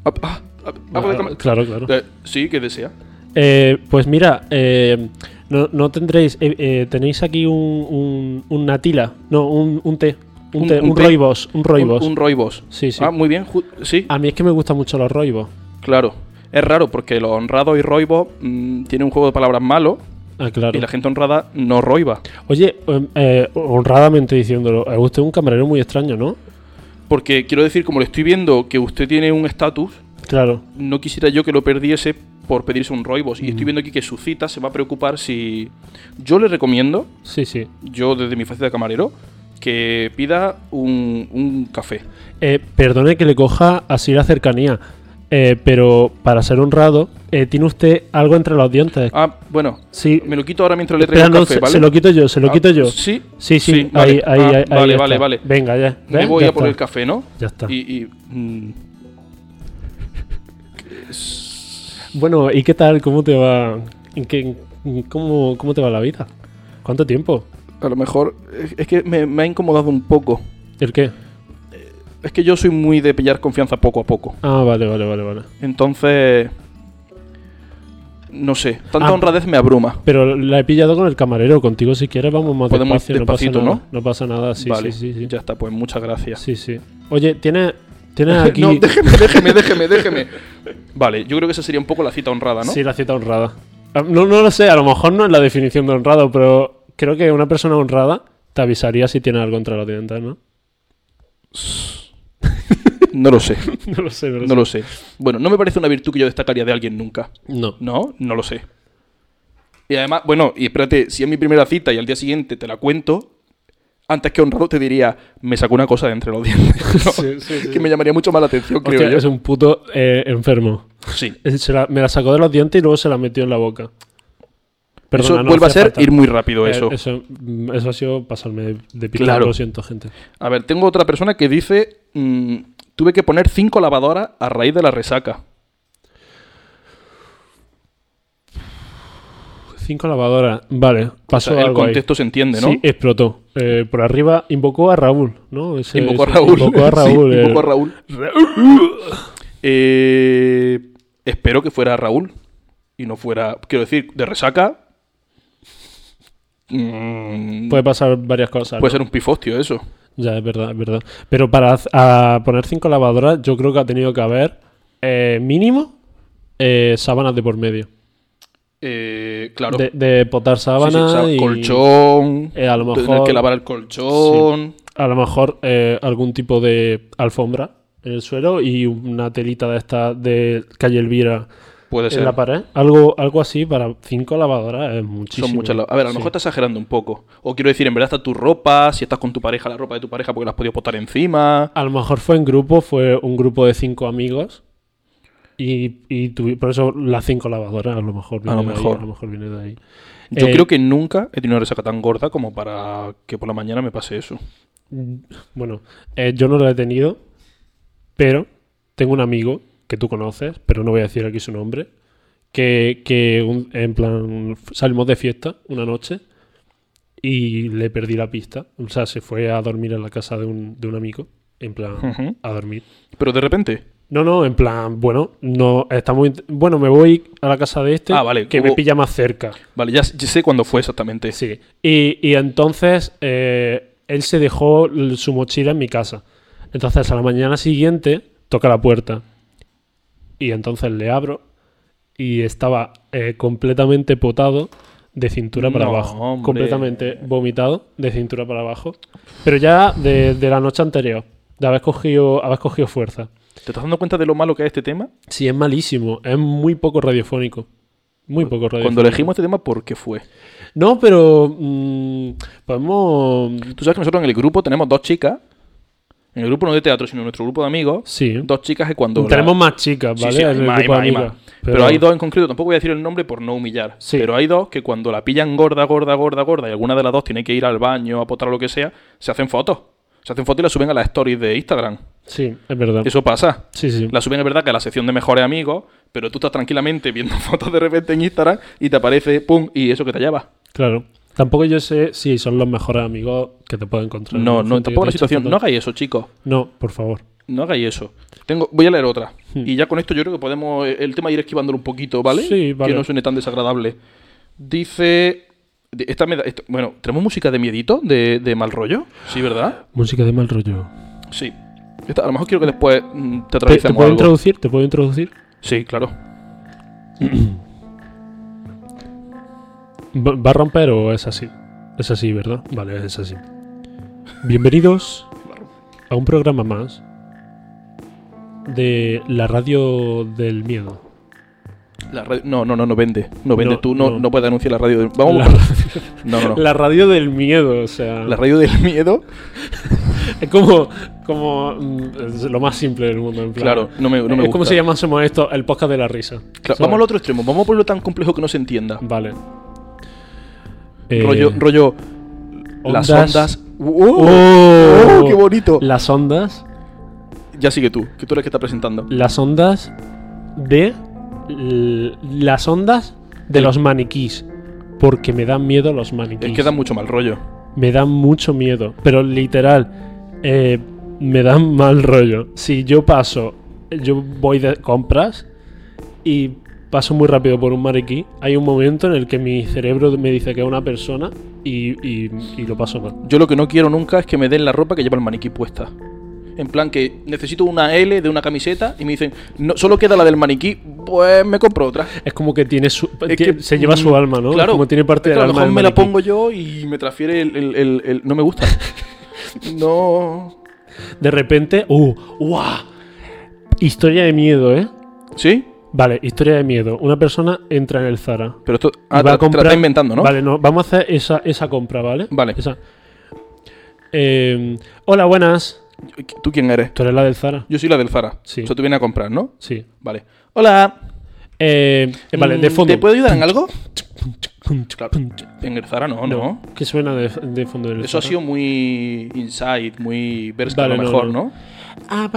Speaker 1: Ah, ah, ah, ah,
Speaker 2: Ah,
Speaker 1: déjame-
Speaker 2: Claro, claro.
Speaker 1: Eh, sí, que desea.
Speaker 2: Eh, pues mira, eh, no, no tendréis. eh, eh, tenéis aquí un, un, un natila. No, un, un té. Un,
Speaker 1: Un-
Speaker 2: té,
Speaker 1: un
Speaker 2: un
Speaker 1: té.
Speaker 2: roibos. Un roibos.
Speaker 1: Un, un roibos.
Speaker 2: Sí, sí.
Speaker 1: Ah, muy bien. ju- Sí,
Speaker 2: A mí es que me gustan mucho los roibos.
Speaker 1: claro. Es raro porque los honrados y roibos mm, tienen un juego de palabras malo
Speaker 2: Ah, claro.
Speaker 1: y la gente honrada no roiba.
Speaker 2: Oye, eh, eh, honradamente diciéndolo, eh, usted es un camarero muy extraño, ¿no?
Speaker 1: Porque quiero decir, como le estoy viendo que usted tiene un estatus,
Speaker 2: Claro.
Speaker 1: no quisiera yo que lo perdiese por pedirse un roibos.
Speaker 2: Mm.
Speaker 1: Y estoy viendo aquí que su cita se va a preocupar si... Yo le recomiendo,
Speaker 2: Sí, sí.
Speaker 1: yo desde mi faceta de camarero, que pida un, un café.
Speaker 2: Eh, perdone que le coja así la cercanía, eh, pero para ser honrado, eh, tiene usted algo entre los dientes.
Speaker 1: Ah, bueno,
Speaker 2: sí,
Speaker 1: me lo quito ahora mientras le traigo
Speaker 2: espera,
Speaker 1: un
Speaker 2: no,
Speaker 1: café,
Speaker 2: se,
Speaker 1: ¿vale?
Speaker 2: se lo quito yo, se lo
Speaker 1: Ah,
Speaker 2: quito yo.
Speaker 1: Sí,
Speaker 2: sí, sí, ahí,
Speaker 1: vale,
Speaker 2: ahí,
Speaker 1: Ah,
Speaker 2: ahí- ahí
Speaker 1: vale,
Speaker 2: está.
Speaker 1: vale, vale.
Speaker 2: Venga, ya.
Speaker 1: Me
Speaker 2: ¿ves?
Speaker 1: voy
Speaker 2: Ya
Speaker 1: a por el
Speaker 2: está.
Speaker 1: café, ¿no?
Speaker 2: Ya está.
Speaker 1: Y, y, mm,
Speaker 2: Bueno, ¿y qué tal? ¿Cómo te va? ¿En qué- en cómo, cómo te va la vida? ¿Cuánto tiempo?
Speaker 1: a lo mejor es- es que me, me ha incomodado un poco.
Speaker 2: ¿El qué?
Speaker 1: Es que yo soy muy de pillar confianza poco a poco.
Speaker 2: Ah, vale, vale, vale, vale.
Speaker 1: Entonces, no sé, tanta
Speaker 2: Ah.
Speaker 1: honradez me abruma.
Speaker 2: Pero la he pillado con el camarero. Contigo, si quieres, vamos más
Speaker 1: Podemos
Speaker 2: despacio.
Speaker 1: ir
Speaker 2: no pasa
Speaker 1: despacito,
Speaker 2: nada.
Speaker 1: ¿no?
Speaker 2: pasa nada, sí,
Speaker 1: vale,
Speaker 2: sí, sí. Sí,
Speaker 1: ya está, pues muchas gracias.
Speaker 2: sí, sí. Oye, ¿tienes, tienes aquí.
Speaker 1: *laughs* No, déjeme, déjeme, déjeme, déjeme. Vale, yo creo que esa sería un poco la cita honrada, ¿no?
Speaker 2: Sí, la cita honrada. Ah, No, no lo sé, a lo mejor no es la definición de honrado, pero creo que una persona honrada te avisaría si tiene algo entre los dientes, ¿no?
Speaker 1: No lo sé.
Speaker 2: *laughs* No lo sé, no lo
Speaker 1: No
Speaker 2: sé.
Speaker 1: lo sé. Bueno, no me parece una virtud que yo destacaría de alguien nunca.
Speaker 2: No.
Speaker 1: No, no lo sé. Y además, bueno, y espérate, si es mi primera cita y al día siguiente te la cuento, antes que honrado te diría, me sacó una cosa de entre los dientes. *laughs* ¿no?
Speaker 2: Sí, sí, sí.
Speaker 1: Que me llamaría mucho más la atención, creo
Speaker 2: Hostia,
Speaker 1: yo.
Speaker 2: es un puto eh, enfermo. *laughs*
Speaker 1: Sí.
Speaker 2: Es- se la- me la sacó de los dientes y luego se la metió en la boca. Perdona,
Speaker 1: eso
Speaker 2: no
Speaker 1: vuelve a
Speaker 2: hacía
Speaker 1: ser
Speaker 2: falta.
Speaker 1: ir muy rápido,
Speaker 2: Eh,
Speaker 1: eso.
Speaker 2: Eso, mm, eso ha sido pasarme de, de pico.
Speaker 1: Claro.
Speaker 2: Lo siento, gente.
Speaker 1: A ver, tengo otra persona que dice, mm, tuve que poner cinco lavadoras a raíz de la resaca.
Speaker 2: Cinco lavadoras. Vale, pasó
Speaker 1: O sea, el
Speaker 2: algo ahí.
Speaker 1: contexto se entiende, ¿no?
Speaker 2: Sí, explotó. Eh, por arriba invocó a Raúl, ¿no? Ese-
Speaker 1: Invocó a
Speaker 2: ese-
Speaker 1: Raúl.
Speaker 2: Invocó a Raúl.
Speaker 1: *laughs* Sí,
Speaker 2: eh.
Speaker 1: invocó a
Speaker 2: *laughs*
Speaker 1: Raúl. Eh, espero que fuera Raúl. Y no fuera. Quiero decir, de resaca. mm,
Speaker 2: Puede pasar varias cosas.
Speaker 1: puede
Speaker 2: ¿no?
Speaker 1: ser un pifostio eso.
Speaker 2: Ya, es verdad, es verdad. Pero para haz- a poner cinco lavadoras, yo creo que ha tenido que haber eh, mínimo eh, sábanas de por medio.
Speaker 1: Eh, claro.
Speaker 2: De, de potar
Speaker 1: Sí, sí,
Speaker 2: sábanas
Speaker 1: o sea,
Speaker 2: y
Speaker 1: Colchón.
Speaker 2: Eh, a lo
Speaker 1: Tener
Speaker 2: mejor-
Speaker 1: que lavar el colchón.
Speaker 2: a lo mejor eh, algún tipo de alfombra en el suelo y una telita de esta de calle Elvira
Speaker 1: Puede
Speaker 2: en
Speaker 1: ser.
Speaker 2: la pared. Algo, algo así para cinco lavadoras es muchísimo.
Speaker 1: Son muchas. la- A ver, a lo
Speaker 2: Sí.
Speaker 1: mejor estás exagerando un poco. O quiero decir, en verdad está tu ropa. Si estás con tu pareja, la ropa de tu pareja porque la has podido botar encima.
Speaker 2: A lo mejor fue en grupo, fue un grupo de cinco amigos. Y, y tuvi- por eso las cinco lavadoras, a lo mejor
Speaker 1: lo
Speaker 2: viene, de ahí,
Speaker 1: mejor.
Speaker 2: a lo mejor viene de ahí.
Speaker 1: Yo
Speaker 2: Eh,
Speaker 1: creo que nunca he tenido una resaca tan gorda como para que por la mañana me pase eso.
Speaker 2: Mm, Bueno, eh, yo no la he tenido, pero tengo un amigo que tú conoces, pero no voy a decir aquí su nombre, que, que un- en plan salimos de fiesta una noche y le perdí la pista. O sea, se fue a dormir en la casa de un, de un amigo, en plan
Speaker 1: Ujú.
Speaker 2: a dormir.
Speaker 1: Pero de repente.
Speaker 2: No, no, en plan, bueno, no está muy bueno, me voy a la casa de este
Speaker 1: Ah, vale,
Speaker 2: que
Speaker 1: hubo-
Speaker 2: me pilla más cerca.
Speaker 1: Vale, ya, ya sé cuándo fue exactamente.
Speaker 2: Sí. Y, y entonces eh, él se dejó l- su mochila en mi casa. Entonces a la mañana siguiente toca la puerta. Y entonces le abro y estaba eh, completamente potado de cintura para
Speaker 1: No,
Speaker 2: abajo.
Speaker 1: hombre.
Speaker 2: Completamente vomitado de cintura para abajo. Pero ya de, de la noche anterior, de haber cogido, haber cogido fuerza.
Speaker 1: ¿Te estás dando cuenta de lo malo que es este tema?
Speaker 2: Sí, es malísimo. Es muy poco radiofónico. Muy poco radiofónico.
Speaker 1: Cuando elegimos este tema, ¿por qué fue?
Speaker 2: No, pero. mm, podemos.
Speaker 1: Tú sabes que nosotros en el grupo tenemos dos chicas. En el grupo no de teatro, sino en nuestro grupo de amigos.
Speaker 2: Sí.
Speaker 1: Dos chicas que cuando. la-
Speaker 2: Tenemos más chicas,
Speaker 1: Sí,
Speaker 2: ¿vale?
Speaker 1: sí, hay
Speaker 2: En el
Speaker 1: más, hay
Speaker 2: grupo de
Speaker 1: más, hay
Speaker 2: amigas.
Speaker 1: más. Pero... hay dos en concreto, tampoco voy a decir el nombre por no humillar.
Speaker 2: Sí.
Speaker 1: Pero hay dos que cuando la pillan gorda, gorda, gorda, gorda, y alguna de las dos tiene que ir al baño, a potar o lo que sea, se hacen fotos. Se hacen fotos y las suben a las stories de Instagram.
Speaker 2: Sí, es verdad.
Speaker 1: Eso pasa.
Speaker 2: Sí, sí.
Speaker 1: La suben, es verdad, que a la sección de mejores amigos, pero tú estás tranquilamente viendo *laughs* fotos de repente en Instagram y te aparece, pum, y eso que te lleva.
Speaker 2: Claro. Tampoco yo sé si son los mejores amigos que te puedo encontrar.
Speaker 1: No,
Speaker 2: Hay
Speaker 1: no,
Speaker 2: gente que
Speaker 1: tampoco la
Speaker 2: te echa
Speaker 1: situación.
Speaker 2: fotos.
Speaker 1: No hagáis eso, chicos.
Speaker 2: No, por favor.
Speaker 1: No hagáis eso. Tengo, voy a leer otra. Y ya con esto yo creo que podemos eh, el tema ir esquivándolo un poquito, ¿vale?
Speaker 2: Hmm. Sí, vale.
Speaker 1: Que no suene tan desagradable. Dice. de- Esta me da- esto- bueno, ¿tenemos música de miedito? ¿De, de mal rollo? Sí, ¿verdad?
Speaker 2: Música de mal rollo.
Speaker 1: Sí. Esta- a lo mejor quiero que después mm, te
Speaker 2: ¿Te, te
Speaker 1: atraviesemos
Speaker 2: puedo
Speaker 1: algo.
Speaker 2: introducir? ¿Te puedo introducir?
Speaker 1: Sí, claro.
Speaker 2: ¿Va va a romper o es así? Es así, ¿verdad? Vale, es así. Bienvenidos a un programa más de la radio del miedo.
Speaker 1: La radio- no, no, no, no vende. No vende.
Speaker 2: No,
Speaker 1: Tú no,
Speaker 2: no.
Speaker 1: no. puedes anunciar la radio. del- Vamos.
Speaker 2: La,
Speaker 1: No, no, no.
Speaker 2: la radio del miedo, o sea.
Speaker 1: La radio del miedo.
Speaker 2: Es como, como mm, es lo más simple del mundo, en plan.
Speaker 1: Claro, no me, no me
Speaker 2: es
Speaker 1: gusta.
Speaker 2: como si llamásemos esto el podcast de la risa.
Speaker 1: Claro,
Speaker 2: ¿sabes?
Speaker 1: vamos al otro extremo. Vamos por lo tan complejo que no se entienda.
Speaker 2: Vale. Eh,
Speaker 1: rollo, rollo. Las ondas. ¡Oh!
Speaker 2: ¡Oh!
Speaker 1: ¡Oh, qué bonito!
Speaker 2: Las ondas.
Speaker 1: Ya sigue tú, que tú eres el que está presentando.
Speaker 2: Las ondas de. l- Las ondas de los maniquís. Porque me dan miedo los maniquís.
Speaker 1: Es que da mucho mal rollo.
Speaker 2: Me dan mucho miedo. Pero literal, eh, me dan *laughs* mal rollo. Si yo paso, yo voy de compras y paso muy rápido por un mariquí, hay un momento en el que mi cerebro me dice que es una persona y, y- y lo paso mal.
Speaker 1: Yo lo que no quiero nunca es que me den la ropa que lleva el maniquí puesta. En plan que necesito una L de una camiseta y me dicen, no, solo queda la del maniquí, pues me compro otra.
Speaker 2: Es como que tiene su,
Speaker 1: Es
Speaker 2: tie-
Speaker 1: que,
Speaker 2: se lleva su
Speaker 1: mm,
Speaker 2: alma, ¿no?
Speaker 1: Claro.
Speaker 2: Como tiene parte
Speaker 1: es que
Speaker 2: del
Speaker 1: a lo mejor
Speaker 2: alma del
Speaker 1: me la
Speaker 2: maniquí.
Speaker 1: pongo yo y me transfiere el... el- el-
Speaker 2: *laughs*
Speaker 1: el- no me gusta. no...
Speaker 2: De repente, ¡uh! ¡Uah! Historia de miedo, ¿eh?
Speaker 1: ¿Sí?
Speaker 2: Vale, historia de miedo. Una persona entra en el Zara.
Speaker 1: Pero esto. Ah, te, te la está inventando, ¿no?
Speaker 2: Vale, no, vamos a hacer esa, esa compra, ¿vale?
Speaker 1: Vale.
Speaker 2: Esa. Eh, hola, buenas.
Speaker 1: ¿Tú quién eres?
Speaker 2: ¿Tú eres la del Zara?
Speaker 1: Yo soy la del Zara.
Speaker 2: Sí.
Speaker 1: O sea, tú vienes a comprar, ¿no?
Speaker 2: Sí.
Speaker 1: Vale. Hola.
Speaker 2: Eh, eh, vale, de
Speaker 1: Mm,
Speaker 2: fondo.
Speaker 1: ¿Te puedo ayudar en algo? Claro. En el Zara no, ¿no?
Speaker 2: ¿Qué suena de, de fondo del
Speaker 1: Eso ha
Speaker 2: Zara?
Speaker 1: sido muy inside, muy Berska a
Speaker 2: Vale,
Speaker 1: lo
Speaker 2: no,
Speaker 1: mejor, ¿no?
Speaker 2: no.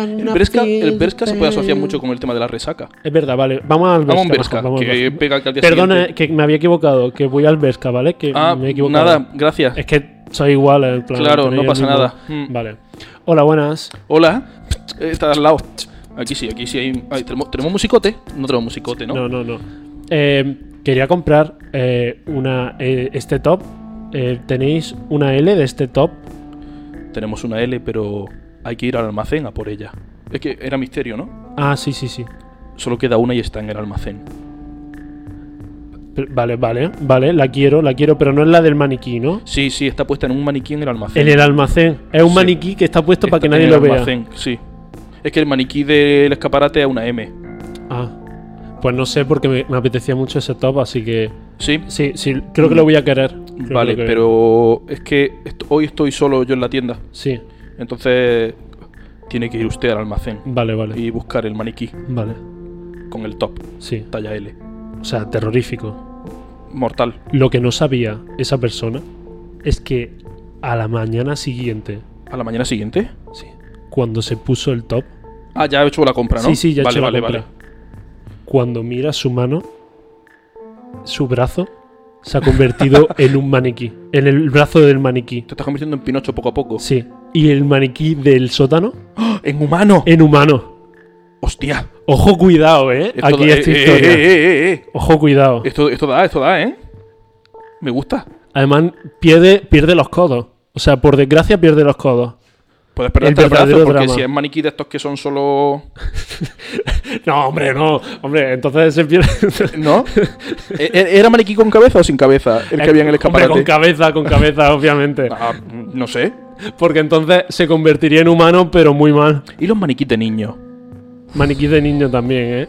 Speaker 1: El Berska, el Berska se puede asociar mucho con el tema de la resaca.
Speaker 2: Es verdad, vale. Vamos al Berska.
Speaker 1: Vamos a un
Speaker 2: mejor,
Speaker 1: Berska,
Speaker 2: vamos al
Speaker 1: que
Speaker 2: Berska.
Speaker 1: pega que al día
Speaker 2: Perdona,
Speaker 1: siguiente-
Speaker 2: que me había equivocado, que voy al Berska, ¿vale? Que
Speaker 1: Ah,
Speaker 2: me he equivocado.
Speaker 1: nada, gracias.
Speaker 2: Es que soy igual en plan.
Speaker 1: Claro,
Speaker 2: tenéis
Speaker 1: no
Speaker 2: el
Speaker 1: pasa
Speaker 2: mismo-
Speaker 1: nada. Mm.
Speaker 2: Vale. Hola, buenas.
Speaker 1: Hola, Eh, está al lado. Aquí sí, aquí sí hay. ay, ¿tenemos, tenemos musicote? No tenemos musicote, ¿no?
Speaker 2: No, no, no. Eh, quería comprar eh, una eh, este top. Eh, ¿Tenéis una L de este top?
Speaker 1: Tenemos una L, pero hay que ir al almacén a por ella. Es que era misterio, ¿no?
Speaker 2: Ah, sí, sí, sí.
Speaker 1: Solo queda una y está en el almacén.
Speaker 2: Pero- Vale, vale, vale. La quiero, la quiero, pero no es la del maniquí, ¿no?
Speaker 1: Sí, sí, está puesta en un maniquí en el almacén.
Speaker 2: En el almacén. Es un
Speaker 1: Sí.
Speaker 2: maniquí que está puesto
Speaker 1: Está
Speaker 2: para que
Speaker 1: en
Speaker 2: nadie
Speaker 1: el
Speaker 2: lo vea.
Speaker 1: almacén, Sí. Es que el maniquí del escaparate es una M.
Speaker 2: Ah. Pues no sé porque me, me apetecía mucho ese top, así que.
Speaker 1: Sí.
Speaker 2: Sí, sí, creo que lo voy a querer. Creo que
Speaker 1: Mm. Vale,
Speaker 2: lo que-
Speaker 1: pero es que est- hoy estoy solo yo en la tienda.
Speaker 2: Sí,
Speaker 1: Entonces tiene que ir usted al almacén
Speaker 2: vale, vale.
Speaker 1: y buscar el maniquí
Speaker 2: Vale,
Speaker 1: con el top,
Speaker 2: sí.
Speaker 1: talla L.
Speaker 2: O sea, terrorífico.
Speaker 1: Mortal.
Speaker 2: Lo que no sabía esa persona es que a la mañana siguiente,
Speaker 1: ¿A la mañana siguiente?
Speaker 2: sí, cuando se puso el top,
Speaker 1: Ah, ya he hecho la compra, ¿no?
Speaker 2: sí, sí, ya he
Speaker 1: vale,
Speaker 2: hecho la
Speaker 1: vale,
Speaker 2: compra.
Speaker 1: vale.
Speaker 2: Cuando mira su mano, su brazo se
Speaker 1: *laughs*
Speaker 2: ha convertido en un maniquí, en el brazo del maniquí.
Speaker 1: Te estás convirtiendo en Pinocho poco a poco.
Speaker 2: Sí, y el maniquí del sótano
Speaker 1: ¡Ah! *gasps* ¡En humano!
Speaker 2: en humano.
Speaker 1: ¡Hostia!
Speaker 2: Ojo, cuidado, eh.
Speaker 1: Esto
Speaker 2: Aquí
Speaker 1: da-
Speaker 2: esta
Speaker 1: eh, eh,
Speaker 2: historia.
Speaker 1: eh, eh, eh, eh.
Speaker 2: Ojo, cuidado.
Speaker 1: Esto, esto da, esto da, ¿eh? Me gusta.
Speaker 2: Además, pierde, pierde los codos. O sea, por desgracia, pierde los codos.
Speaker 1: Puedes perder
Speaker 2: El
Speaker 1: hasta el brazo
Speaker 2: verdadero
Speaker 1: porque
Speaker 2: drama.
Speaker 1: si es maniquí de estos que son solo.
Speaker 2: No, hombre, no. Hombre, entonces se pierde. *laughs*
Speaker 1: ¿No? ¿E- e- ¿Era maniquí con cabeza o sin cabeza? *laughs* El que había en el
Speaker 2: Eh, Hombre,
Speaker 1: escaparate.
Speaker 2: con cabeza,
Speaker 1: *laughs*
Speaker 2: con cabeza, obviamente.
Speaker 1: Ah, no sé.
Speaker 2: Porque entonces se convertiría en humano, pero muy mal.
Speaker 1: ¿Y los maniquís de niño?
Speaker 2: Maniquí de niño también, ¿eh?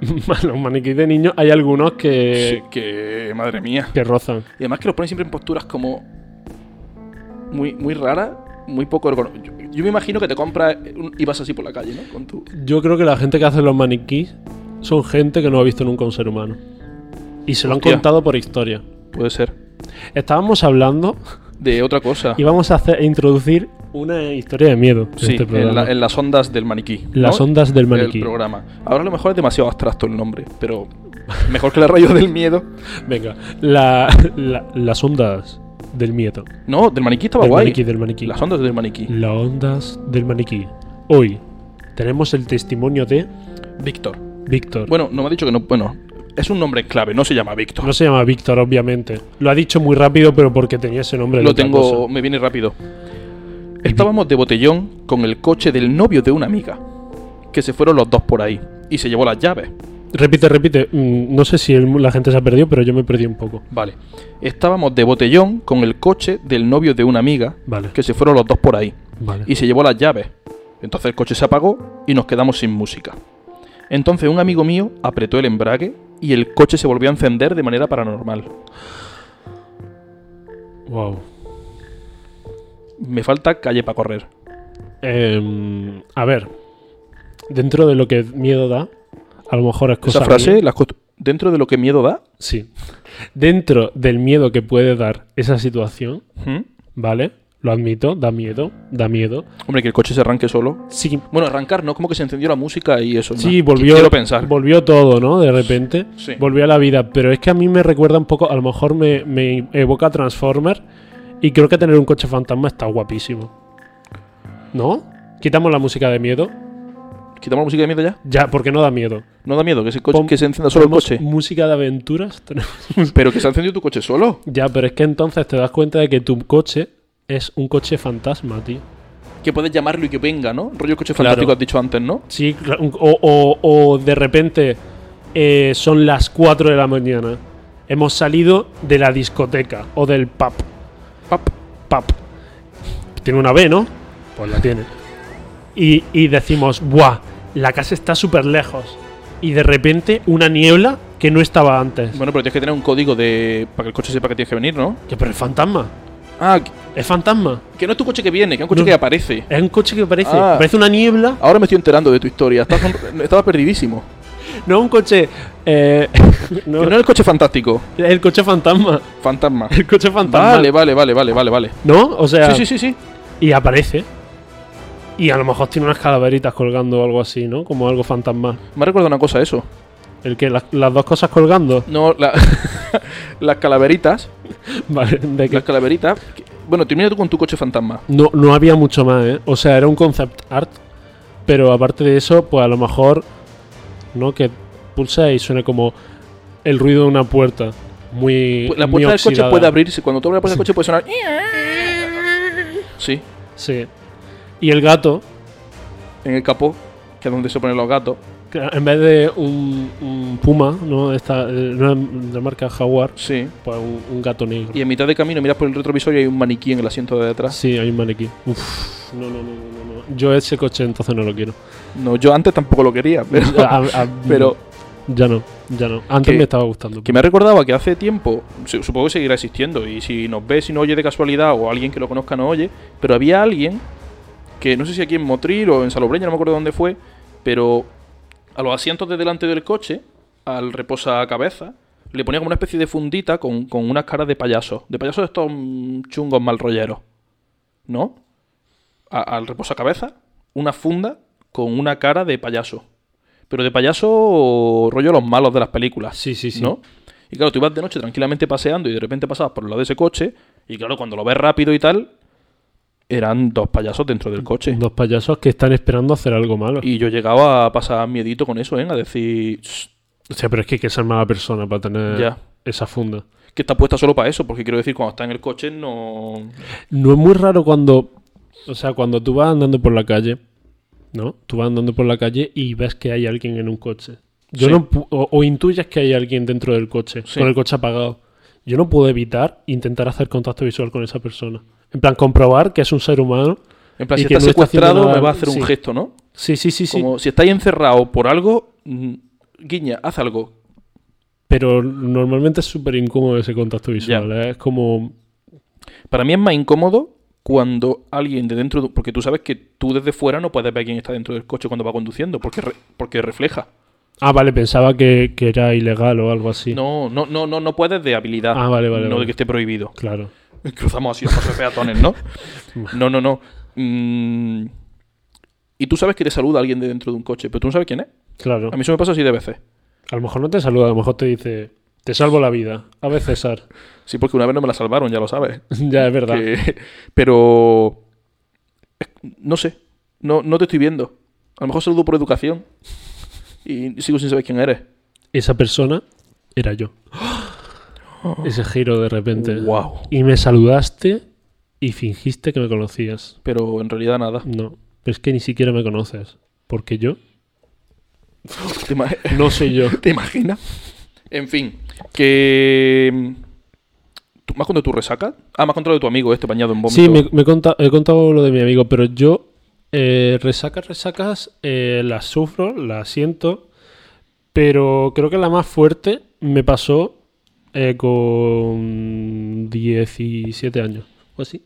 Speaker 2: *laughs* Los maniquís de niño hay algunos que,
Speaker 1: Sí, que. Madre mía.
Speaker 2: que rozan.
Speaker 1: Y además que los ponen siempre en posturas como. Muy, muy raras, muy poco ergonó- Yo, yo me imagino que te compras un- y vas así por la calle, ¿no? Con tu.
Speaker 2: Yo creo que la gente que hace los maniquís son gente que no ha visto nunca un ser humano. Y se lo han
Speaker 1: Hostia.
Speaker 2: contado por historia.
Speaker 1: Puede ser.
Speaker 2: Estábamos hablando
Speaker 1: De otra cosa.
Speaker 2: y vamos a, hacer- a introducir una historia de miedo en
Speaker 1: Sí,
Speaker 2: este
Speaker 1: en,
Speaker 2: programa.
Speaker 1: la- en las ondas del maniquí. ¿no?
Speaker 2: Las ondas del maniquí.
Speaker 1: El programa. Ahora a lo mejor es demasiado abstracto el nombre, pero mejor que la rayo del miedo.
Speaker 2: Venga, la- la- las ondas del miedo.
Speaker 1: No, del maniquí estaba
Speaker 2: Del
Speaker 1: guay.
Speaker 2: maniquí, del maniquí.
Speaker 1: Las ondas del maniquí.
Speaker 2: Las ondas del maniquí. Hoy tenemos el testimonio de Mm.
Speaker 1: Víctor.
Speaker 2: Víctor.
Speaker 1: Bueno, no me ha dicho que no. Bueno, es un nombre clave, no se llama Víctor.
Speaker 2: no se llama Víctor, obviamente. Lo ha dicho muy rápido, pero porque tenía ese nombre. de
Speaker 1: Lo
Speaker 2: otra
Speaker 1: tengo,
Speaker 2: cosa.
Speaker 1: me viene rápido. Estábamos de botellón con el coche del novio de una amiga, que se fueron los dos por ahí y se llevó las llaves.
Speaker 2: Repite, repite. Mm, No sé si el- la gente se ha perdido, pero yo me perdí un poco.
Speaker 1: Vale. Estábamos de botellón con el coche del novio de una amiga,
Speaker 2: Vale.
Speaker 1: que se fueron los dos por ahí
Speaker 2: Vale.
Speaker 1: y se llevó las llaves. Entonces el coche se apagó y nos quedamos sin música. Entonces un amigo mío apretó el embrague y el coche se volvió a encender de manera paranormal.
Speaker 2: Wow.
Speaker 1: Me falta calle para correr.
Speaker 2: Em, a ver. Dentro de lo que miedo da, a lo mejor es cosa.
Speaker 1: Esa
Speaker 2: mía.
Speaker 1: frase, la has constru- dentro de lo que miedo da,
Speaker 2: Sí. Dentro del miedo que puede dar esa situación,
Speaker 1: ¿hmm?
Speaker 2: ¿vale? Lo admito, da miedo, da miedo.
Speaker 1: hombre, que el coche se arranque solo.
Speaker 2: Sí,
Speaker 1: Bueno, arrancar, ¿no? Como que se encendió la música y eso.
Speaker 2: sí
Speaker 1: ¿no?
Speaker 2: volvió,
Speaker 1: Quiero pensar.
Speaker 2: volvió todo, ¿no? De repente,
Speaker 1: Sí.
Speaker 2: volvió a la vida. Pero es que a mí me recuerda un poco, a lo mejor me, me evoca a Transformer y creo que tener un coche fantasma está guapísimo. ¿No? Quitamos la música de miedo.
Speaker 1: ¿Quitamos la música de miedo ya?
Speaker 2: Ya, porque no da miedo.
Speaker 1: No da miedo que, ese coche-
Speaker 2: Pon-
Speaker 1: que se encienda solo el
Speaker 2: Tenemos
Speaker 1: coche.
Speaker 2: Música de aventuras. *laughs* tenemos-
Speaker 1: Pero que se ha encendido tu coche solo.
Speaker 2: ya, pero es que entonces te das cuenta de que tu coche es un coche fantasma, tío.
Speaker 1: Que puedes llamarlo y que venga, ¿no? Rollo coche
Speaker 2: Claro.
Speaker 1: fantástico has dicho antes, ¿no?
Speaker 2: Sí, cla- un- o, o- o de repente eh, son las 4 de la mañana. Hemos salido de la discoteca o del pub.
Speaker 1: Pap.
Speaker 2: pub. Tiene una B, ¿no? Pues la tiene. Y, y decimos, ¡buah! la casa está súper lejos. Y de repente una niebla que no estaba antes.
Speaker 1: Bueno, pero tienes que tener un código de para que el coche sepa que tienes que venir, ¿no?
Speaker 2: Ya, pero es fantasma.
Speaker 1: Ah, que-
Speaker 2: Es fantasma.
Speaker 1: que no es tu coche que viene, que es un coche
Speaker 2: No.
Speaker 1: que aparece.
Speaker 2: Es un coche que parece.
Speaker 1: Ah.
Speaker 2: Parece una niebla.
Speaker 1: Ahora me estoy enterando de tu historia. Estás
Speaker 2: *laughs*
Speaker 1: un- Estaba perdidísimo.
Speaker 2: No un coche. eh, *laughs* no,
Speaker 1: Que no es el coche fantástico.
Speaker 2: es el coche fantasma.
Speaker 1: Fantasma.
Speaker 2: El coche *laughs* fantasma.
Speaker 1: Vale, vale, vale, vale, vale, vale.
Speaker 2: ¿No? O sea.
Speaker 1: Sí, sí, sí, sí.
Speaker 2: Y aparece. Y a lo mejor tiene unas calaveritas colgando o algo así, ¿no? Como algo fantasmal.
Speaker 1: Me ha recordado una cosa eso.
Speaker 2: El que las, las dos cosas colgando. *laughs*
Speaker 1: No, la- *laughs* las calaveritas.
Speaker 2: Vale, de que-
Speaker 1: Las calaveritas. que- Bueno, termina tú con tu coche fantasma.
Speaker 2: No, no había mucho más, ¿eh? O sea, era un concept art. Pero aparte de eso, pues a lo mejor. ¿No? Que pulsa y suena como el ruido de una puerta. Muy.
Speaker 1: Pu- La
Speaker 2: muy
Speaker 1: puerta del coche
Speaker 2: oxidada.
Speaker 1: puede abrirse. Cuando tú abres la puerta del coche puede sonar. Sí,
Speaker 2: Sí. Y el gato,
Speaker 1: en el capó, que es donde se ponen los gatos.
Speaker 2: que en vez de un, un puma, ¿no? Esta, eh, no es de marca Jaguar,
Speaker 1: Sí.
Speaker 2: pues un, un gato negro.
Speaker 1: Y en mitad de camino miras por el retrovisor y hay un maniquí en el asiento de atrás.
Speaker 2: Sí, hay un maniquí. Uf, no, no, no, no, no, no. Yo ese coche entonces no lo quiero.
Speaker 1: No, yo antes tampoco lo quería, pero.
Speaker 2: A- a-
Speaker 1: Ah, pero
Speaker 2: Ya no, ya no. Antes
Speaker 1: Que-
Speaker 2: me estaba gustando.
Speaker 1: que me recordaba que hace tiempo, su- supongo que seguirá existiendo, y si nos ves y no oye de casualidad, o alguien que lo conozca no oye, pero había alguien que no sé si aquí en Motril o en Salobreña, no me acuerdo dónde fue, pero a los asientos de delante del coche, al reposacabezas, le ponía como una especie de fundita con, con unas caras de payaso. De payasos de estos mm, chungos mal rolleros. ¿No? A- al reposacabezas, una funda con una cara de payaso. Pero de payaso rollo los malos de las películas.
Speaker 2: Sí, sí, sí.
Speaker 1: ¿No? Y claro, tú ibas de noche tranquilamente paseando y de repente pasabas por el lado de ese coche. Y claro, cuando lo ves rápido y tal, eran dos payasos dentro del coche.
Speaker 2: Dos payasos que están esperando hacer algo malo.
Speaker 1: Y yo llegaba a pasar miedito con eso, ¿eh? A decir, "Shh,
Speaker 2: O sea, pero es que hay que ser mala persona para tener
Speaker 1: Ya.
Speaker 2: esa funda.
Speaker 1: que está puesta solo para eso, porque quiero decir, cuando está en el coche no...
Speaker 2: No es muy raro cuando. O sea, cuando tú vas andando por la calle, ¿no? Tú vas andando por la calle y ves que hay alguien en un coche. Yo
Speaker 1: Sí.
Speaker 2: no pu- o, o intuyes que hay alguien dentro del coche,
Speaker 1: Sí.
Speaker 2: con el coche apagado. Yo no puedo evitar intentar hacer contacto visual con esa persona. En plan, comprobar que es un ser humano.
Speaker 1: En plan,
Speaker 2: Y
Speaker 1: si
Speaker 2: que
Speaker 1: está
Speaker 2: no está haciendo
Speaker 1: secuestrado
Speaker 2: nada-
Speaker 1: me va a hacer
Speaker 2: sí.
Speaker 1: un gesto, ¿no?
Speaker 2: Sí, sí, sí, sí.
Speaker 1: Como si estáis encerrado por algo, mm, guiña, haz algo.
Speaker 2: Pero normalmente es súper incómodo ese contacto visual. ¿eh? Es como.
Speaker 1: Para mí es más incómodo cuando alguien de dentro... de- Porque tú sabes que tú desde fuera no puedes ver quién está dentro del coche cuando va conduciendo, porque, re- porque refleja.
Speaker 2: Ah, vale, pensaba que, que era ilegal o algo así.
Speaker 1: No, no, no, no, no puedes de habilidad.
Speaker 2: Ah, vale, vale,
Speaker 1: No
Speaker 2: vale.
Speaker 1: de que esté prohibido.
Speaker 2: Claro.
Speaker 1: Cruzamos así los pasos de peatones,
Speaker 2: *laughs*
Speaker 1: ¿no? No, no, no. Mm, y tú sabes que te saluda alguien de dentro de un coche, pero tú no sabes quién es.
Speaker 2: Claro.
Speaker 1: A mí eso me pasa así de veces.
Speaker 2: A lo mejor no te saluda, a lo mejor te dice, te salvo la vida. A ver, César. *laughs*
Speaker 1: Sí, porque una vez no me la salvaron, ya lo sabes.
Speaker 2: ya, es verdad.
Speaker 1: Que- *laughs* pero... No sé. No, no te estoy viendo. A lo mejor saludo por educación. Y sigo sin saber quién eres.
Speaker 2: Esa persona era yo. Ese giro de repente.
Speaker 1: Wow.
Speaker 2: Y me saludaste y fingiste que me conocías.
Speaker 1: Pero en realidad
Speaker 2: *laughs*
Speaker 1: nada.
Speaker 2: No, pero es que ni siquiera me conoces. Porque yo
Speaker 1: Te ima-
Speaker 2: no soy yo.
Speaker 1: *laughs* ¿Te imaginas? En fin, que. mm, ¿Tú- ¿Me has contado tu resaca? Ah, me has contado de tu amigo este bañado en vómito.
Speaker 2: Sí, me, me conta- he contado lo de mi amigo, pero yo eh, resacas, resacas, eh, las sufro, las siento, pero creo que la más fuerte me pasó eh, con 17 años o así.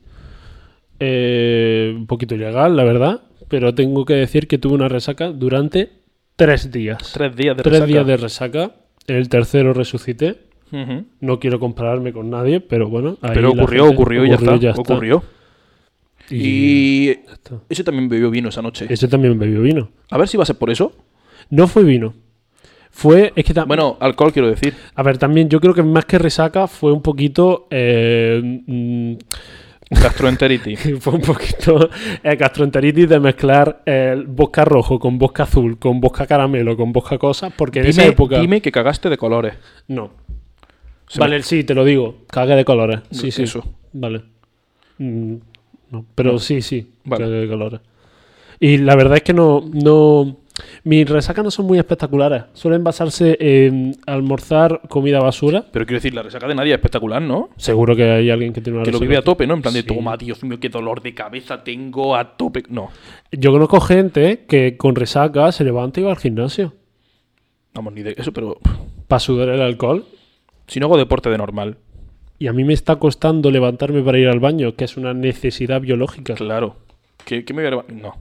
Speaker 2: Eh, un poquito ilegal, la verdad, pero tengo que decir que tuve una resaca durante tres días.
Speaker 1: Tres días de
Speaker 2: Tres
Speaker 1: resaca.
Speaker 2: días de resaca. El tercero resucité.
Speaker 1: Ujú.
Speaker 2: No quiero compararme con nadie, pero bueno. ahí
Speaker 1: Pero
Speaker 2: la
Speaker 1: ocurrió,
Speaker 2: gente-
Speaker 1: ocurrió y ya está. Ocurrió.
Speaker 2: Y-
Speaker 1: Y.
Speaker 2: está.
Speaker 1: Ese también bebió vino esa noche.
Speaker 2: Ese también bebió vino.
Speaker 1: A ver si va a ser por eso.
Speaker 2: No fue vino. Fue. Es que ta-
Speaker 1: Bueno, alcohol quiero decir.
Speaker 2: A ver, también yo creo que más que resaca fue un poquito. eh, mm, *laughs*
Speaker 1: Gastroenteritis.
Speaker 2: fue un poquito eh, gastroenteritis de mezclar el bosca rojo con bosca azul, con bosca caramelo, con bosca cosas, porque en
Speaker 1: dime,
Speaker 2: esa época.
Speaker 1: dime que cagaste de colores.
Speaker 2: No.
Speaker 1: Se
Speaker 2: vale, sí, te lo digo. Cague de colores. Sí, sí.
Speaker 1: Eso.
Speaker 2: Vale. Mm, no, pero sí, sí.
Speaker 1: Vale.
Speaker 2: Cague de colores. Y la verdad es que no. no Mis resacas no son muy espectaculares. Suelen basarse en almorzar comida basura.
Speaker 1: Pero quiero decir, la resaca de nadie es espectacular, ¿no?
Speaker 2: Seguro que hay alguien que tiene una
Speaker 1: Que lo
Speaker 2: resaca.
Speaker 1: vive a tope, ¿no? En plan de,
Speaker 2: Sí.
Speaker 1: toma, Dios mío, qué dolor de cabeza tengo a tope. No,
Speaker 2: Yo conozco gente que con resaca se levanta y va al gimnasio
Speaker 1: vamos, ni de eso, pero
Speaker 2: para sudar el alcohol.
Speaker 1: si no hago deporte de normal,
Speaker 2: Y a mí me está costando levantarme para ir al baño, que es una necesidad biológica.
Speaker 1: claro. ¿Qué, qué me voy a llevar? No.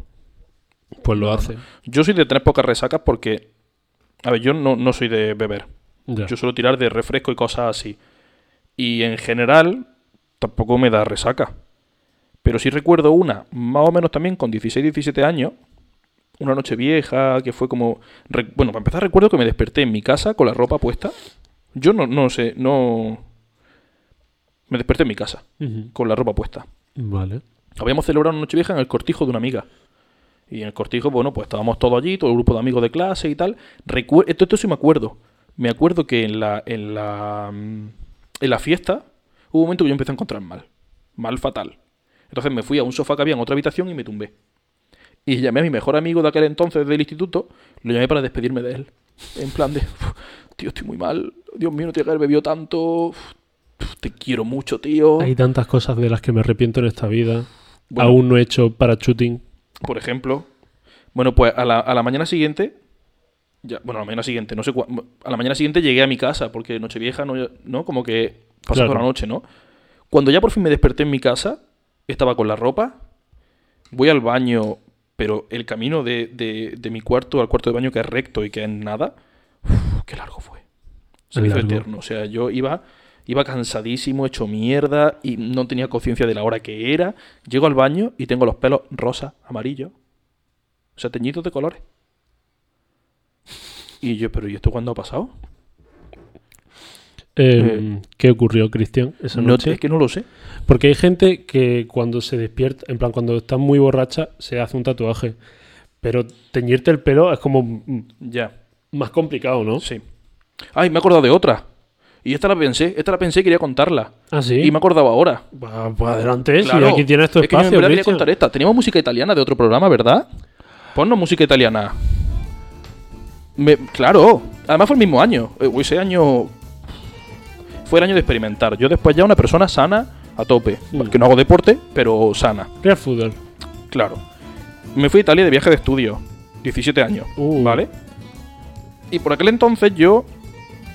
Speaker 2: Pues lo hace.
Speaker 1: Yo soy de tener pocas resacas porque, a ver, yo no, no soy de beber.
Speaker 2: Ya.
Speaker 1: Yo suelo tirar de refresco y cosas así. Y en general, tampoco me da resaca. Pero sí recuerdo una, más o menos también con 16, 17 años, una noche vieja, que fue como... re- Bueno, para empezar recuerdo que me desperté en mi casa con la ropa puesta. Yo no, no sé, no... Me desperté en mi casa,
Speaker 2: Ujú.
Speaker 1: con la ropa puesta.
Speaker 2: Vale.
Speaker 1: Habíamos celebrado una noche vieja en el cortijo de una amiga. Y en el cortijo, bueno, pues estábamos todos allí, todo el grupo de amigos de clase y tal. Recuer- esto, esto sí me acuerdo. Me acuerdo que en la, en la. mm, En la fiesta hubo un momento que yo empecé a encontrar mal. Mal fatal. Entonces me fui a un sofá que había en otra habitación y me tumbé. Y llamé a mi mejor amigo de aquel entonces del instituto, lo llamé para despedirme de él. En plan de, "Uf, tío, estoy muy mal. Dios mío, no tiene que haber bebido tanto. Uf, uf, te quiero mucho, tío.
Speaker 2: Hay tantas cosas de las que me arrepiento en esta vida.
Speaker 1: Oh. Bueno.
Speaker 2: Aún no he hecho parachuting.
Speaker 1: por ejemplo. Bueno, pues a la, a la mañana siguiente. Ya, bueno, a la mañana siguiente, no sé cua- A la mañana siguiente llegué a mi casa, porque Nochevieja, no, ¿no? Como que pasó
Speaker 2: Claro.
Speaker 1: toda la noche, ¿no? Cuando ya por fin me desperté en mi casa, estaba con la ropa. Voy al baño, pero el camino de, de- de mi cuarto al cuarto de baño, que es recto y que es nada. uf, qué largo fue. Se me
Speaker 2: Es
Speaker 1: hizo
Speaker 2: largo.
Speaker 1: eterno. O sea, yo iba, iba cansadísimo, hecho mierda y no tenía conciencia de la hora que era. Llego al baño y tengo los pelos rosa, amarillo. O sea, teñidos de colores. Y yo, pero ¿y esto cuándo ha pasado?
Speaker 2: Eh, ¿Qué ocurrió, Cristian, esa
Speaker 1: No,
Speaker 2: noche?
Speaker 1: es que no lo sé.
Speaker 2: Porque hay gente que cuando se despierta, en plan, cuando está muy borracha, se hace un tatuaje. Pero teñirte el pelo es como mm,
Speaker 1: Ya.
Speaker 2: más complicado, ¿no?
Speaker 1: Sí. Ay, me he acordado de otra. Y esta la pensé, esta la pensé y quería contarla.
Speaker 2: Ah, sí.
Speaker 1: Y me he acordado ahora.
Speaker 2: Va- va adelante, si
Speaker 1: Claro.
Speaker 2: aquí tienes tu
Speaker 1: Es que yo en
Speaker 2: espacio.
Speaker 1: verdad quería
Speaker 2: Cristian.
Speaker 1: contar esta. Teníamos música italiana de otro programa, ¿verdad? Ponnos música italiana. Me- claro. Además fue el mismo año. Eh, uy, Ese año... Fue el año de experimentar. Yo después ya una persona sana a tope.
Speaker 2: Mm.
Speaker 1: Que no hago deporte, pero sana.
Speaker 2: Real Fútbol.
Speaker 1: Claro. Me fui a Italia de viaje de estudio. 17 años.
Speaker 2: Uh.
Speaker 1: ¿Vale? Y por aquel entonces yo.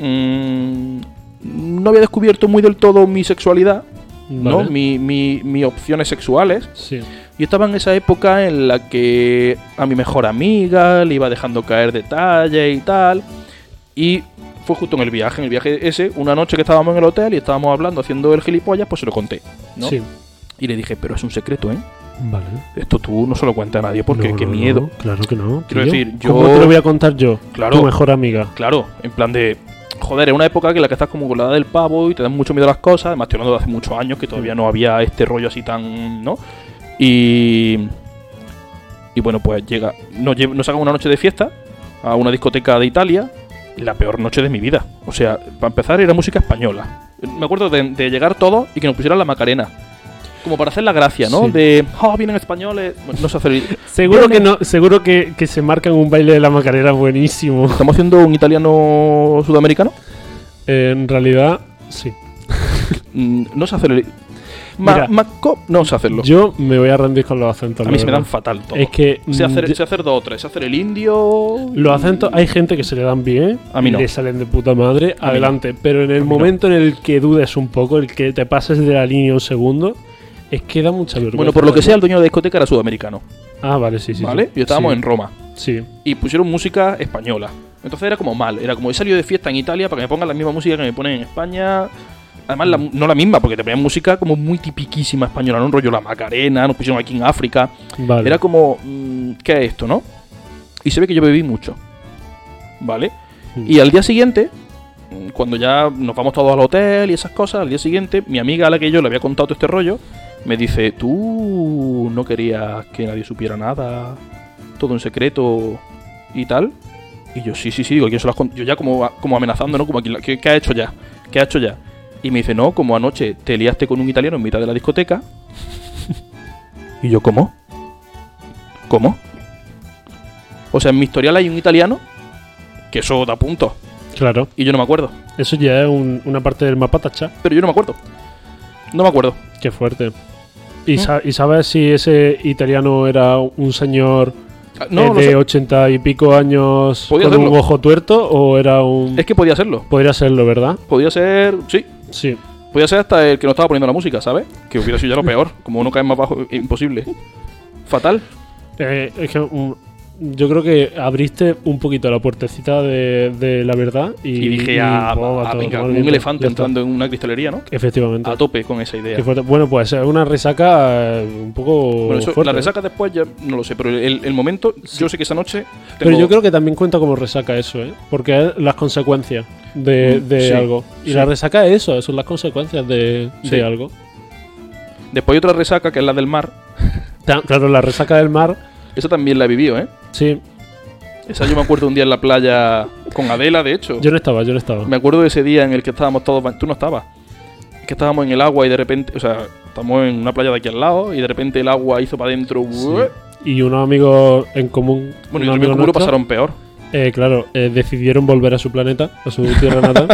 Speaker 1: mm, no había descubierto muy del todo mi sexualidad. ¿No?
Speaker 2: Vale.
Speaker 1: Mi- mi- mis opciones sexuales.
Speaker 2: Sí.
Speaker 1: Yo estaba en esa época en la que a mi mejor amiga le iba dejando caer detalle y tal. Y fue justo en el viaje, en el viaje ese, una noche que estábamos en el hotel y estábamos hablando, haciendo el gilipollas, pues se lo conté. ¿no?
Speaker 2: Sí.
Speaker 1: Y le dije, pero es un secreto, ¿eh?
Speaker 2: Vale.
Speaker 1: Esto tú no se lo cuentas a nadie porque
Speaker 2: No,
Speaker 1: qué
Speaker 2: no,
Speaker 1: miedo.
Speaker 2: no, claro que no.
Speaker 1: Quiero
Speaker 2: tío.
Speaker 1: decir, yo-
Speaker 2: ¿Cómo te lo voy a contar yo?
Speaker 1: Claro.
Speaker 2: Tu mejor amiga.
Speaker 1: Claro, en plan de. Joder, es una época en la que estás como con la edad del pavo y te dan mucho miedo a las cosas. Además, estoy hablando de hace muchos años que
Speaker 2: Mm.
Speaker 1: todavía no había este rollo así tan. ¿No? Y. Y bueno, pues llega. Nos, lle- nos sacan una noche de fiesta a una discoteca de Italia. La peor noche de mi vida. O sea, para empezar era música española. Me acuerdo de, de llegar todos y que nos pusieran la Macarena. Como para hacer la gracia, ¿no?
Speaker 2: Sí.
Speaker 1: De. ¡Oh, vienen españoles! Bueno, No sé hacer.
Speaker 2: *laughs* Seguro que no, seguro que, que se marcan un baile de la Macarena buenísimo.
Speaker 1: ¿Estamos haciendo un italiano sudamericano?
Speaker 2: Eh, En realidad, sí.
Speaker 1: Mm, No sé hacerlo. Ma-
Speaker 2: Mira,
Speaker 1: Maco- no sé hacerlo.
Speaker 2: Yo me voy a rendir con los acentos.
Speaker 1: a
Speaker 2: la
Speaker 1: mí se me
Speaker 2: verdad.
Speaker 1: dan fatal todo.
Speaker 2: Es que
Speaker 1: sé, hacer,
Speaker 2: mm,
Speaker 1: sé hacer dos o tres. Sé hacer el indio.
Speaker 2: Los acentos, hay gente que se le dan bien,
Speaker 1: A mí no.
Speaker 2: le salen de puta madre,
Speaker 1: no.
Speaker 2: adelante. Pero en el momento en el que dudes un poco, el que te pases de la línea un segundo, es que da mucha vergüenza.
Speaker 1: Bueno, por lo que sea, el dueño de la discoteca era sudamericano.
Speaker 2: Ah, vale, sí, sí.
Speaker 1: ¿Vale?
Speaker 2: sí.
Speaker 1: Y estábamos
Speaker 2: Sí,
Speaker 1: en Roma.
Speaker 2: Sí.
Speaker 1: Y pusieron música española. Entonces era como mal. Era como he salido de fiesta en Italia para que me pongan la misma música que me ponen en España. Además, la- no la misma, porque te ponían música como muy tipiquísima española. No un rollo la Macarena, nos pusieron aquí en África.
Speaker 2: Vale.
Speaker 1: Era como, mm, ¿qué es esto, no? Y se ve que yo bebí mucho. ¿Vale?
Speaker 2: Mm.
Speaker 1: Y al día siguiente, mm, cuando ya nos vamos todos al hotel y esas cosas, al día siguiente, mi amiga a la que yo le había contado todo este rollo, me dice, tú no querías que nadie supiera nada, todo en secreto y tal. Y yo, sí, sí, sí, digo, "¿A quién se lo has cont-?" Yo ya como, a- como amenazando, ¿no? Como, "¿A quién la- ¿qué, ¿qué ha hecho ya? ¿Qué ha hecho ya? Y me dice, no, como anoche te liaste con un italiano en mitad de la discoteca. *laughs* y yo, ¿cómo? ¿Cómo? O sea, en mi historial hay un italiano que eso da puntos.
Speaker 2: Claro.
Speaker 1: Y yo no me acuerdo.
Speaker 2: Eso ya es un- una parte del mapa tacha.
Speaker 1: Pero yo no me acuerdo. No me acuerdo.
Speaker 2: Qué fuerte. ¿Y,
Speaker 1: ¿Mm?
Speaker 2: sa- y sabes si ese italiano era un señor
Speaker 1: Ah, No,
Speaker 2: eh,
Speaker 1: no
Speaker 2: de
Speaker 1: sé.
Speaker 2: ochenta y pico años
Speaker 1: Podía
Speaker 2: con un
Speaker 1: serlo.
Speaker 2: ojo tuerto o era un...
Speaker 1: Es que podía serlo.
Speaker 2: Podría serlo, ¿verdad?
Speaker 1: Podía ser. Sí.
Speaker 2: Sí.
Speaker 1: Podía ser hasta el que no estaba poniendo la música, ¿sabes? Que hubiera sido ya lo peor. Como uno cae más bajo, eh, imposible. Fatal.
Speaker 2: Eh, es que mm, yo creo que abriste un poquito la puertecita de, de la verdad y,
Speaker 1: Y, dije
Speaker 2: y,
Speaker 1: a,
Speaker 2: wow, a
Speaker 1: a-
Speaker 2: todo,
Speaker 1: venga,
Speaker 2: madre
Speaker 1: un
Speaker 2: mía,
Speaker 1: elefante
Speaker 2: ya está.
Speaker 1: entrando Ah, en una cristalería, ¿no?
Speaker 2: Efectivamente.
Speaker 1: A tope con esa idea.
Speaker 2: Qué fuerte. Bueno, pues es una resaca eh, un poco.
Speaker 1: Bueno, eso,
Speaker 2: fuerte,
Speaker 1: la
Speaker 2: ¿eh?
Speaker 1: resaca después ya no lo sé, pero el, el momento, yo sé que esa noche.
Speaker 2: Pero
Speaker 1: tengo-
Speaker 2: yo creo que también cuenta como resaca eso, ¿eh? Porque es las consecuencias de,
Speaker 1: Mm,
Speaker 2: de
Speaker 1: sí,
Speaker 2: algo. Y
Speaker 1: sí.
Speaker 2: la resaca es eso, son las consecuencias de,
Speaker 1: Sí.
Speaker 2: de algo.
Speaker 1: Después hay otra resaca, que es la del mar.
Speaker 2: Ta- Claro, la resaca del mar,
Speaker 1: Esa también la he vivido, ¿eh?
Speaker 2: sí.
Speaker 1: Esa yo me acuerdo un día en la playa con Adela, de hecho.
Speaker 2: Yo no estaba, yo no estaba.
Speaker 1: Me acuerdo de ese día en el que estábamos todos. ba- Tú no estabas. Es que estábamos en el agua y de repente. O sea, estamos en una playa de aquí al lado y de repente el agua hizo para adentro.
Speaker 2: Y unos amigos en común.
Speaker 1: Bueno, y también
Speaker 2: unos
Speaker 1: como
Speaker 2: amigos
Speaker 1: lo
Speaker 2: nuestros,
Speaker 1: pasaron peor.
Speaker 2: eh, claro, eh, decidieron volver a su planeta, a su tierra natal.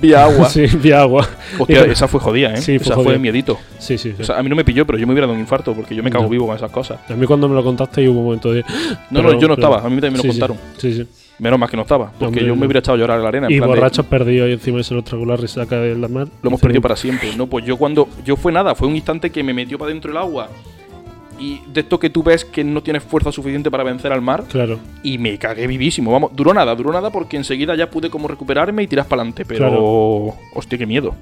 Speaker 1: Vía *laughs* agua.
Speaker 2: *laughs* Sí, vía agua.
Speaker 1: Hostia, esa fue jodida, ¿eh?
Speaker 2: Sí, fue
Speaker 1: esa
Speaker 2: jodida.
Speaker 1: fue miedito.
Speaker 2: Sí, sí, sí.
Speaker 1: O sea, a mí no me pilló, pero yo me hubiera dado un infarto porque yo me cago
Speaker 2: No.
Speaker 1: vivo con esas cosas.
Speaker 2: a mí cuando me lo contaste hubo un momento de...
Speaker 1: *gasps* No, no, yo no estaba, a mí también me lo
Speaker 2: Sí, sí,
Speaker 1: contaron.
Speaker 2: Sí, sí.
Speaker 1: Menos mal que no estaba, porque
Speaker 2: Hombre,
Speaker 1: yo me
Speaker 2: no.
Speaker 1: hubiera echado a llorar a la arena. en
Speaker 2: Y
Speaker 1: plan de,
Speaker 2: borrachos perdidos y encima ese otro con la resaca del mar.
Speaker 1: lo hemos
Speaker 2: Sí.
Speaker 1: perdido para siempre. No, pues yo cuando. Yo fue nada, fue un instante que me metió para dentro el agua. Y de esto que tú ves que no tienes fuerza suficiente para vencer al mar.
Speaker 2: Claro,
Speaker 1: Y me cagué vivísimo. Vamos, duró nada, duró nada porque enseguida ya pude como recuperarme y tiras para adelante. Pero. Hostia, qué miedo.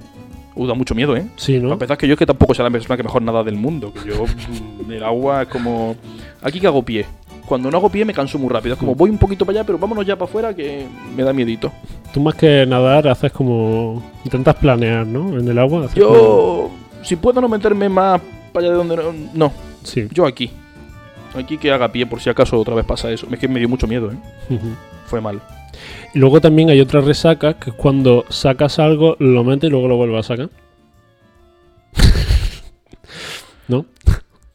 Speaker 1: Uh, da mucho miedo, ¿eh?
Speaker 2: sí,
Speaker 1: A
Speaker 2: ¿no?
Speaker 1: pesar que yo es que tampoco soy la persona que mejor nada del mundo. Que yo, mm, el agua es como. Aquí que hago pie. Cuando no hago pie me canso muy rápido. Es como voy un poquito para allá, pero vámonos ya para afuera que me da miedito.
Speaker 2: Tú más que nadar haces como... Intentas planear, ¿no? En el agua. haces como-
Speaker 1: Yo, si puedo no meterme más para allá de donde no. No,
Speaker 2: Sí.
Speaker 1: yo aquí. Aquí que haga pie por si acaso otra vez pasa eso. Es que me dio mucho miedo, ¿eh?
Speaker 2: Ujú.
Speaker 1: Fue mal.
Speaker 2: Y luego también hay otra resaca que es cuando sacas algo, lo metes y luego lo vuelves a sacar. *laughs* ¿No?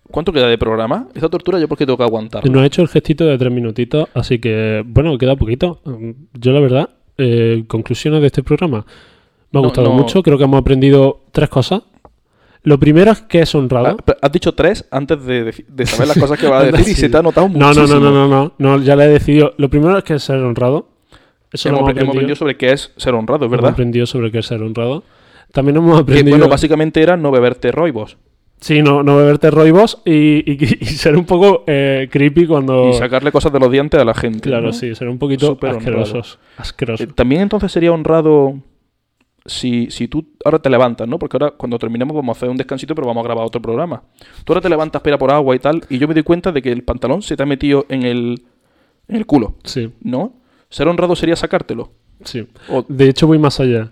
Speaker 1: ¿Cuánto queda de programa? Esta tortura yo porque tengo que aguantar.
Speaker 2: No he hecho el gestito de tres minutitos, así que, bueno, queda poquito. Mm, Yo, la verdad, eh, conclusiones de este programa. Me ha
Speaker 1: No,
Speaker 2: gustado
Speaker 1: no.
Speaker 2: mucho, creo que hemos aprendido tres cosas. Lo primero es que es honrado.
Speaker 1: Ah, Has dicho tres antes de, de- de saber las cosas que vas a
Speaker 2: *laughs* Anda,
Speaker 1: decir y
Speaker 2: sí.
Speaker 1: se te ha notado
Speaker 2: No, no,
Speaker 1: muchísimo.
Speaker 2: no, no, no, no, no, ya la he decidido. Lo primero es que es ser honrado. Eso lo
Speaker 1: hemos,
Speaker 2: hemos
Speaker 1: aprendido.
Speaker 2: aprendido.
Speaker 1: sobre qué es ser honrado, es
Speaker 2: Hemos
Speaker 1: verdad.
Speaker 2: aprendido sobre qué es ser honrado. También hemos
Speaker 1: Que,
Speaker 2: aprendido.
Speaker 1: bueno, básicamente era no beberte roibos
Speaker 2: sí, no, no beberte roibos y, y- y ser un poco eh, creepy cuando.
Speaker 1: y sacarle cosas de los dientes a la gente.
Speaker 2: Claro,
Speaker 1: ¿no?
Speaker 2: sí, ser un poquito
Speaker 1: Súper honrado.
Speaker 2: asquerosos.
Speaker 1: Eh,
Speaker 2: Asquerosos.
Speaker 1: También entonces sería honrado si, si tú ahora te levantas, ¿no? Porque ahora cuando terminemos vamos a hacer un descansito, pero vamos a grabar otro programa. Tú ahora te levantas para ir a por agua y tal, y yo me doy cuenta de que el pantalón se te ha metido en el, en el culo,
Speaker 2: Sí,
Speaker 1: ¿no? Ser honrado sería sacártelo.
Speaker 2: sí.
Speaker 1: O-
Speaker 2: De hecho, voy más allá.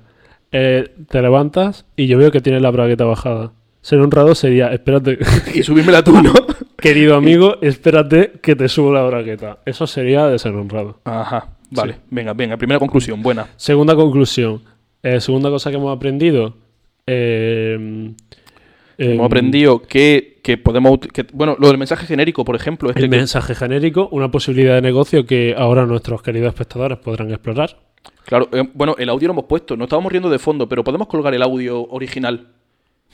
Speaker 2: Eh, te levantas y yo veo que tienes la bragueta bajada. Ser honrado sería, espérate, *laughs*
Speaker 1: y subírmela tú, ¿no?
Speaker 2: querido amigo, espérate que te subo la bragueta. Eso sería de ser honrado.
Speaker 1: Ajá, vale. Venga, venga, primera conclusión, buena.
Speaker 2: Segunda conclusión. Eh, segunda cosa que hemos aprendido. eh,
Speaker 1: Hemos
Speaker 2: eh,
Speaker 1: aprendido que, que podemos... ut- Que, bueno, lo del mensaje genérico, por ejemplo, este, es
Speaker 2: El
Speaker 1: de que-
Speaker 2: mensaje genérico, una posibilidad de negocio que ahora nuestros queridos espectadores podrán explorar.
Speaker 1: Claro, eh, bueno, el audio lo hemos puesto, no estábamos riendo de fondo, pero podemos colgar el audio original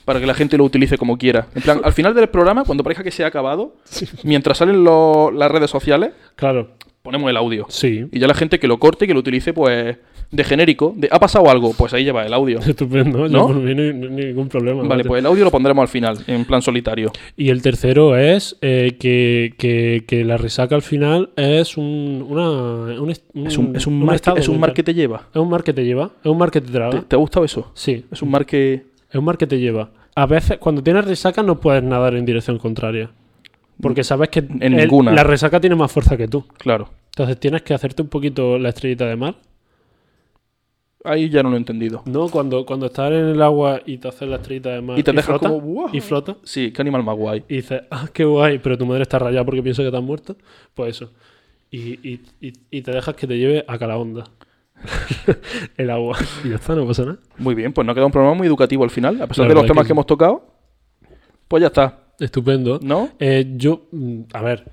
Speaker 1: para que la gente lo utilice como quiera. En plan, al final del programa, cuando parezca que se ha acabado, mientras salen lo- las redes sociales,
Speaker 2: Claro,
Speaker 1: ponemos el audio.
Speaker 2: sí. *laughs*
Speaker 1: Y ya la gente que lo corte y que lo utilice, pues, de genérico, de ha pasado algo, pues ahí lleva el audio.
Speaker 2: Estupendo, yo
Speaker 1: ¿No?
Speaker 2: por mí no hay no hay ningún problema.
Speaker 1: Vale, pues el audio lo pondremos al final, en plan solitario.
Speaker 2: Y el tercero es eh, que, que- que la resaca al final es un, una, un, est-
Speaker 1: Es un, es un,
Speaker 2: un
Speaker 1: mar,
Speaker 2: estado ¿Ah?
Speaker 1: es un
Speaker 2: mental.
Speaker 1: mar que te lleva.
Speaker 2: Es un mar que te lleva, es un mar que te traga.
Speaker 1: ¿Te, te ha gustado eso?
Speaker 2: Sí,
Speaker 1: Es un mar que...
Speaker 2: es un mar que te lleva. A veces, cuando tienes resaca, no puedes nadar en dirección contraria. Porque sabes que el-
Speaker 1: ninguna.
Speaker 2: la resaca tiene más fuerza que tú.
Speaker 1: Claro.
Speaker 2: Entonces tienes que hacerte un poquito la estrellita de mar.
Speaker 1: Ahí ya no lo he entendido.
Speaker 2: No, cuando, cuando estás en el agua y te haces la estrellita de mar
Speaker 1: Y te dejas
Speaker 2: flota,
Speaker 1: como, "Wow".
Speaker 2: y flota.
Speaker 1: Sí, qué animal más guay.
Speaker 2: Y dices, ah, qué guay, pero tu madre está rayada porque piensa que te has muerto. Pues eso. Y, y- y- y te dejas que te lleve a Calahonda. *laughs* el agua. Y ya está, no pasa nada.
Speaker 1: Muy bien, pues nos ha quedado un programa muy educativo al final, a pesar
Speaker 2: La
Speaker 1: de los
Speaker 2: verdad
Speaker 1: temas que...
Speaker 2: que sí.
Speaker 1: hemos tocado. Pues ya está,
Speaker 2: Estupendo.
Speaker 1: ¿no?
Speaker 2: Eh, yo, mm, a ver,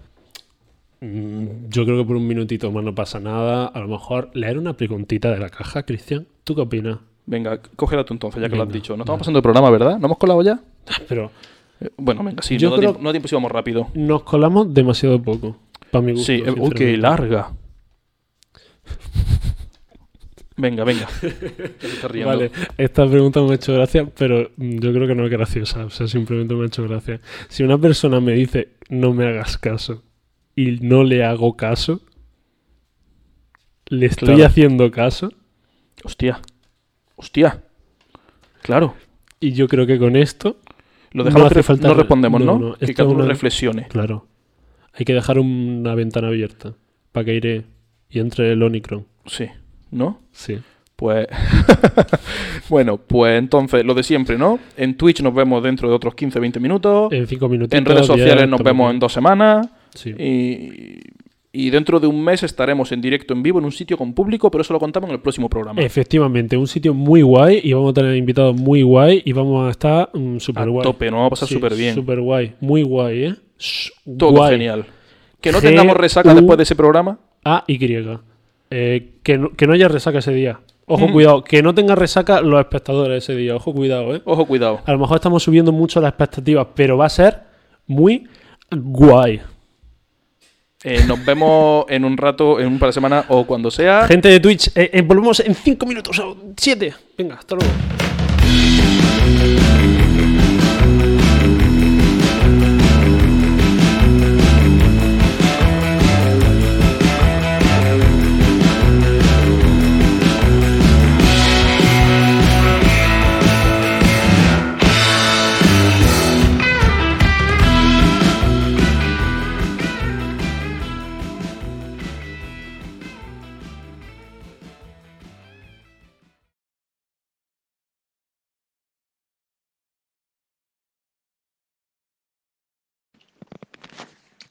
Speaker 2: Mm, Yo creo que por un minutito más no pasa nada. A lo mejor leer una preguntita de la caja, Cristian. ¿Tú qué opinas? *laughs*
Speaker 1: Venga, cógela tú entonces, ya que lo has
Speaker 2: Venga,
Speaker 1: dicho. No estamos pasando el programa, ¿verdad? ¿No hemos colado ya?
Speaker 2: Pero
Speaker 1: Eh, Bueno, venga, sí,
Speaker 2: Yo
Speaker 1: no, da
Speaker 2: creo-
Speaker 1: tiempo, no da tiempo si vamos rápido.
Speaker 2: nos colamos demasiado poco. Para mi gusto.
Speaker 1: sí, eh, uy, qué
Speaker 2: sinceramente.
Speaker 1: larga. venga, venga. Ya se está riendo.
Speaker 2: Vale, esta pregunta me ha hecho gracia, pero mm, yo creo que no es graciosa. O sea, simplemente me ha hecho gracia. Si una persona me dice, no me hagas caso, y no le hago caso, ¿le estoy
Speaker 1: Claro.
Speaker 2: haciendo caso?
Speaker 1: Hostia. Hostia. Claro.
Speaker 2: Y yo creo que con esto,
Speaker 1: Lo dejamos
Speaker 2: hace
Speaker 1: que
Speaker 2: falta
Speaker 1: no
Speaker 2: re-
Speaker 1: respondemos, ¿no?
Speaker 2: no, no,
Speaker 1: que
Speaker 2: esto
Speaker 1: cada
Speaker 2: es
Speaker 1: uno
Speaker 2: una-
Speaker 1: reflexione.
Speaker 2: claro, hay que dejar una ventana abierta para que iré y entre el Onicron.
Speaker 1: Sí, ¿no?
Speaker 2: Sí.
Speaker 1: Pues. *laughs* bueno, pues entonces, lo de siempre, ¿no? En Twitch nos vemos dentro de otros 15-20 minutos.
Speaker 2: En cinco minutos.
Speaker 1: en redes sociales nos vemos en dos semanas.
Speaker 2: Sí.
Speaker 1: Y, y dentro de un mes estaremos en directo en vivo en un sitio con público, pero eso lo contamos en el próximo programa.
Speaker 2: Eh, Efectivamente, un sitio muy guay y vamos a tener invitados muy guay y vamos a estar mm,
Speaker 1: a
Speaker 2: super guay.
Speaker 1: tope, nos va a pasar súper bien.
Speaker 2: Súper guay, muy guay, ¿eh? Sh-
Speaker 1: Todo
Speaker 2: guay.
Speaker 1: genial. Que no
Speaker 2: G,
Speaker 1: tengamos resaca
Speaker 2: U-
Speaker 1: después de ese programa.
Speaker 2: A y griega. Eh, que, no, que no haya resaca ese día.
Speaker 1: Mm.
Speaker 2: Ojo, cuidado. Que no tenga resaca los espectadores ese día. Ojo, cuidado, ¿eh?
Speaker 1: Ojo, cuidado.
Speaker 2: A lo mejor estamos subiendo mucho las expectativas, pero va a ser muy guay.
Speaker 1: Eh, nos vemos en un rato, en un par de semanas o cuando sea.
Speaker 2: Gente de Twitch, eh, eh, volvemos en 5 minutos o 7. Venga, hasta luego.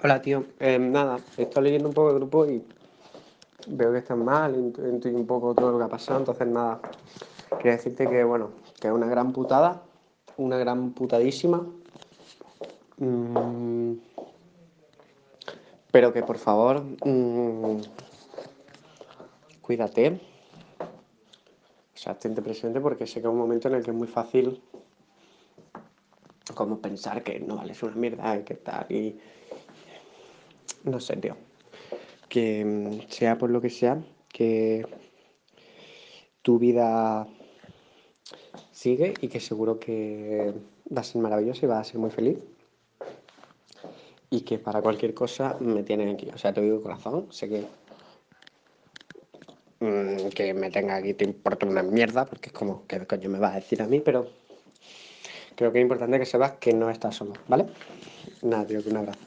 Speaker 3: Hola, tío. Eh, nada, estoy leyendo un poco el grupo y veo que estás mal, intu- intuyo un poco todo lo que ha pasado, entonces nada. Quería decirte que, bueno, que es una gran putada, una gran putadísima. Mm, pero que por favor, mm, cuídate. O sea, tente presente porque sé que es un momento en el que es muy fácil como pensar que no vales una mierda y que tal y no sé, tío. Que mm, sea por lo que sea, que tu vida sigue y que seguro que va a ser maravillosa y vas a ser muy feliz. Y que para cualquier cosa me tienen aquí. O sea, te digo de corazón, sé que mm, que me tenga aquí te importa una mierda, porque es como, ¿qué coño me vas a decir a mí? Pero creo que es importante que sepas que no estás solo, ¿vale? Nada, tío, que un abrazo.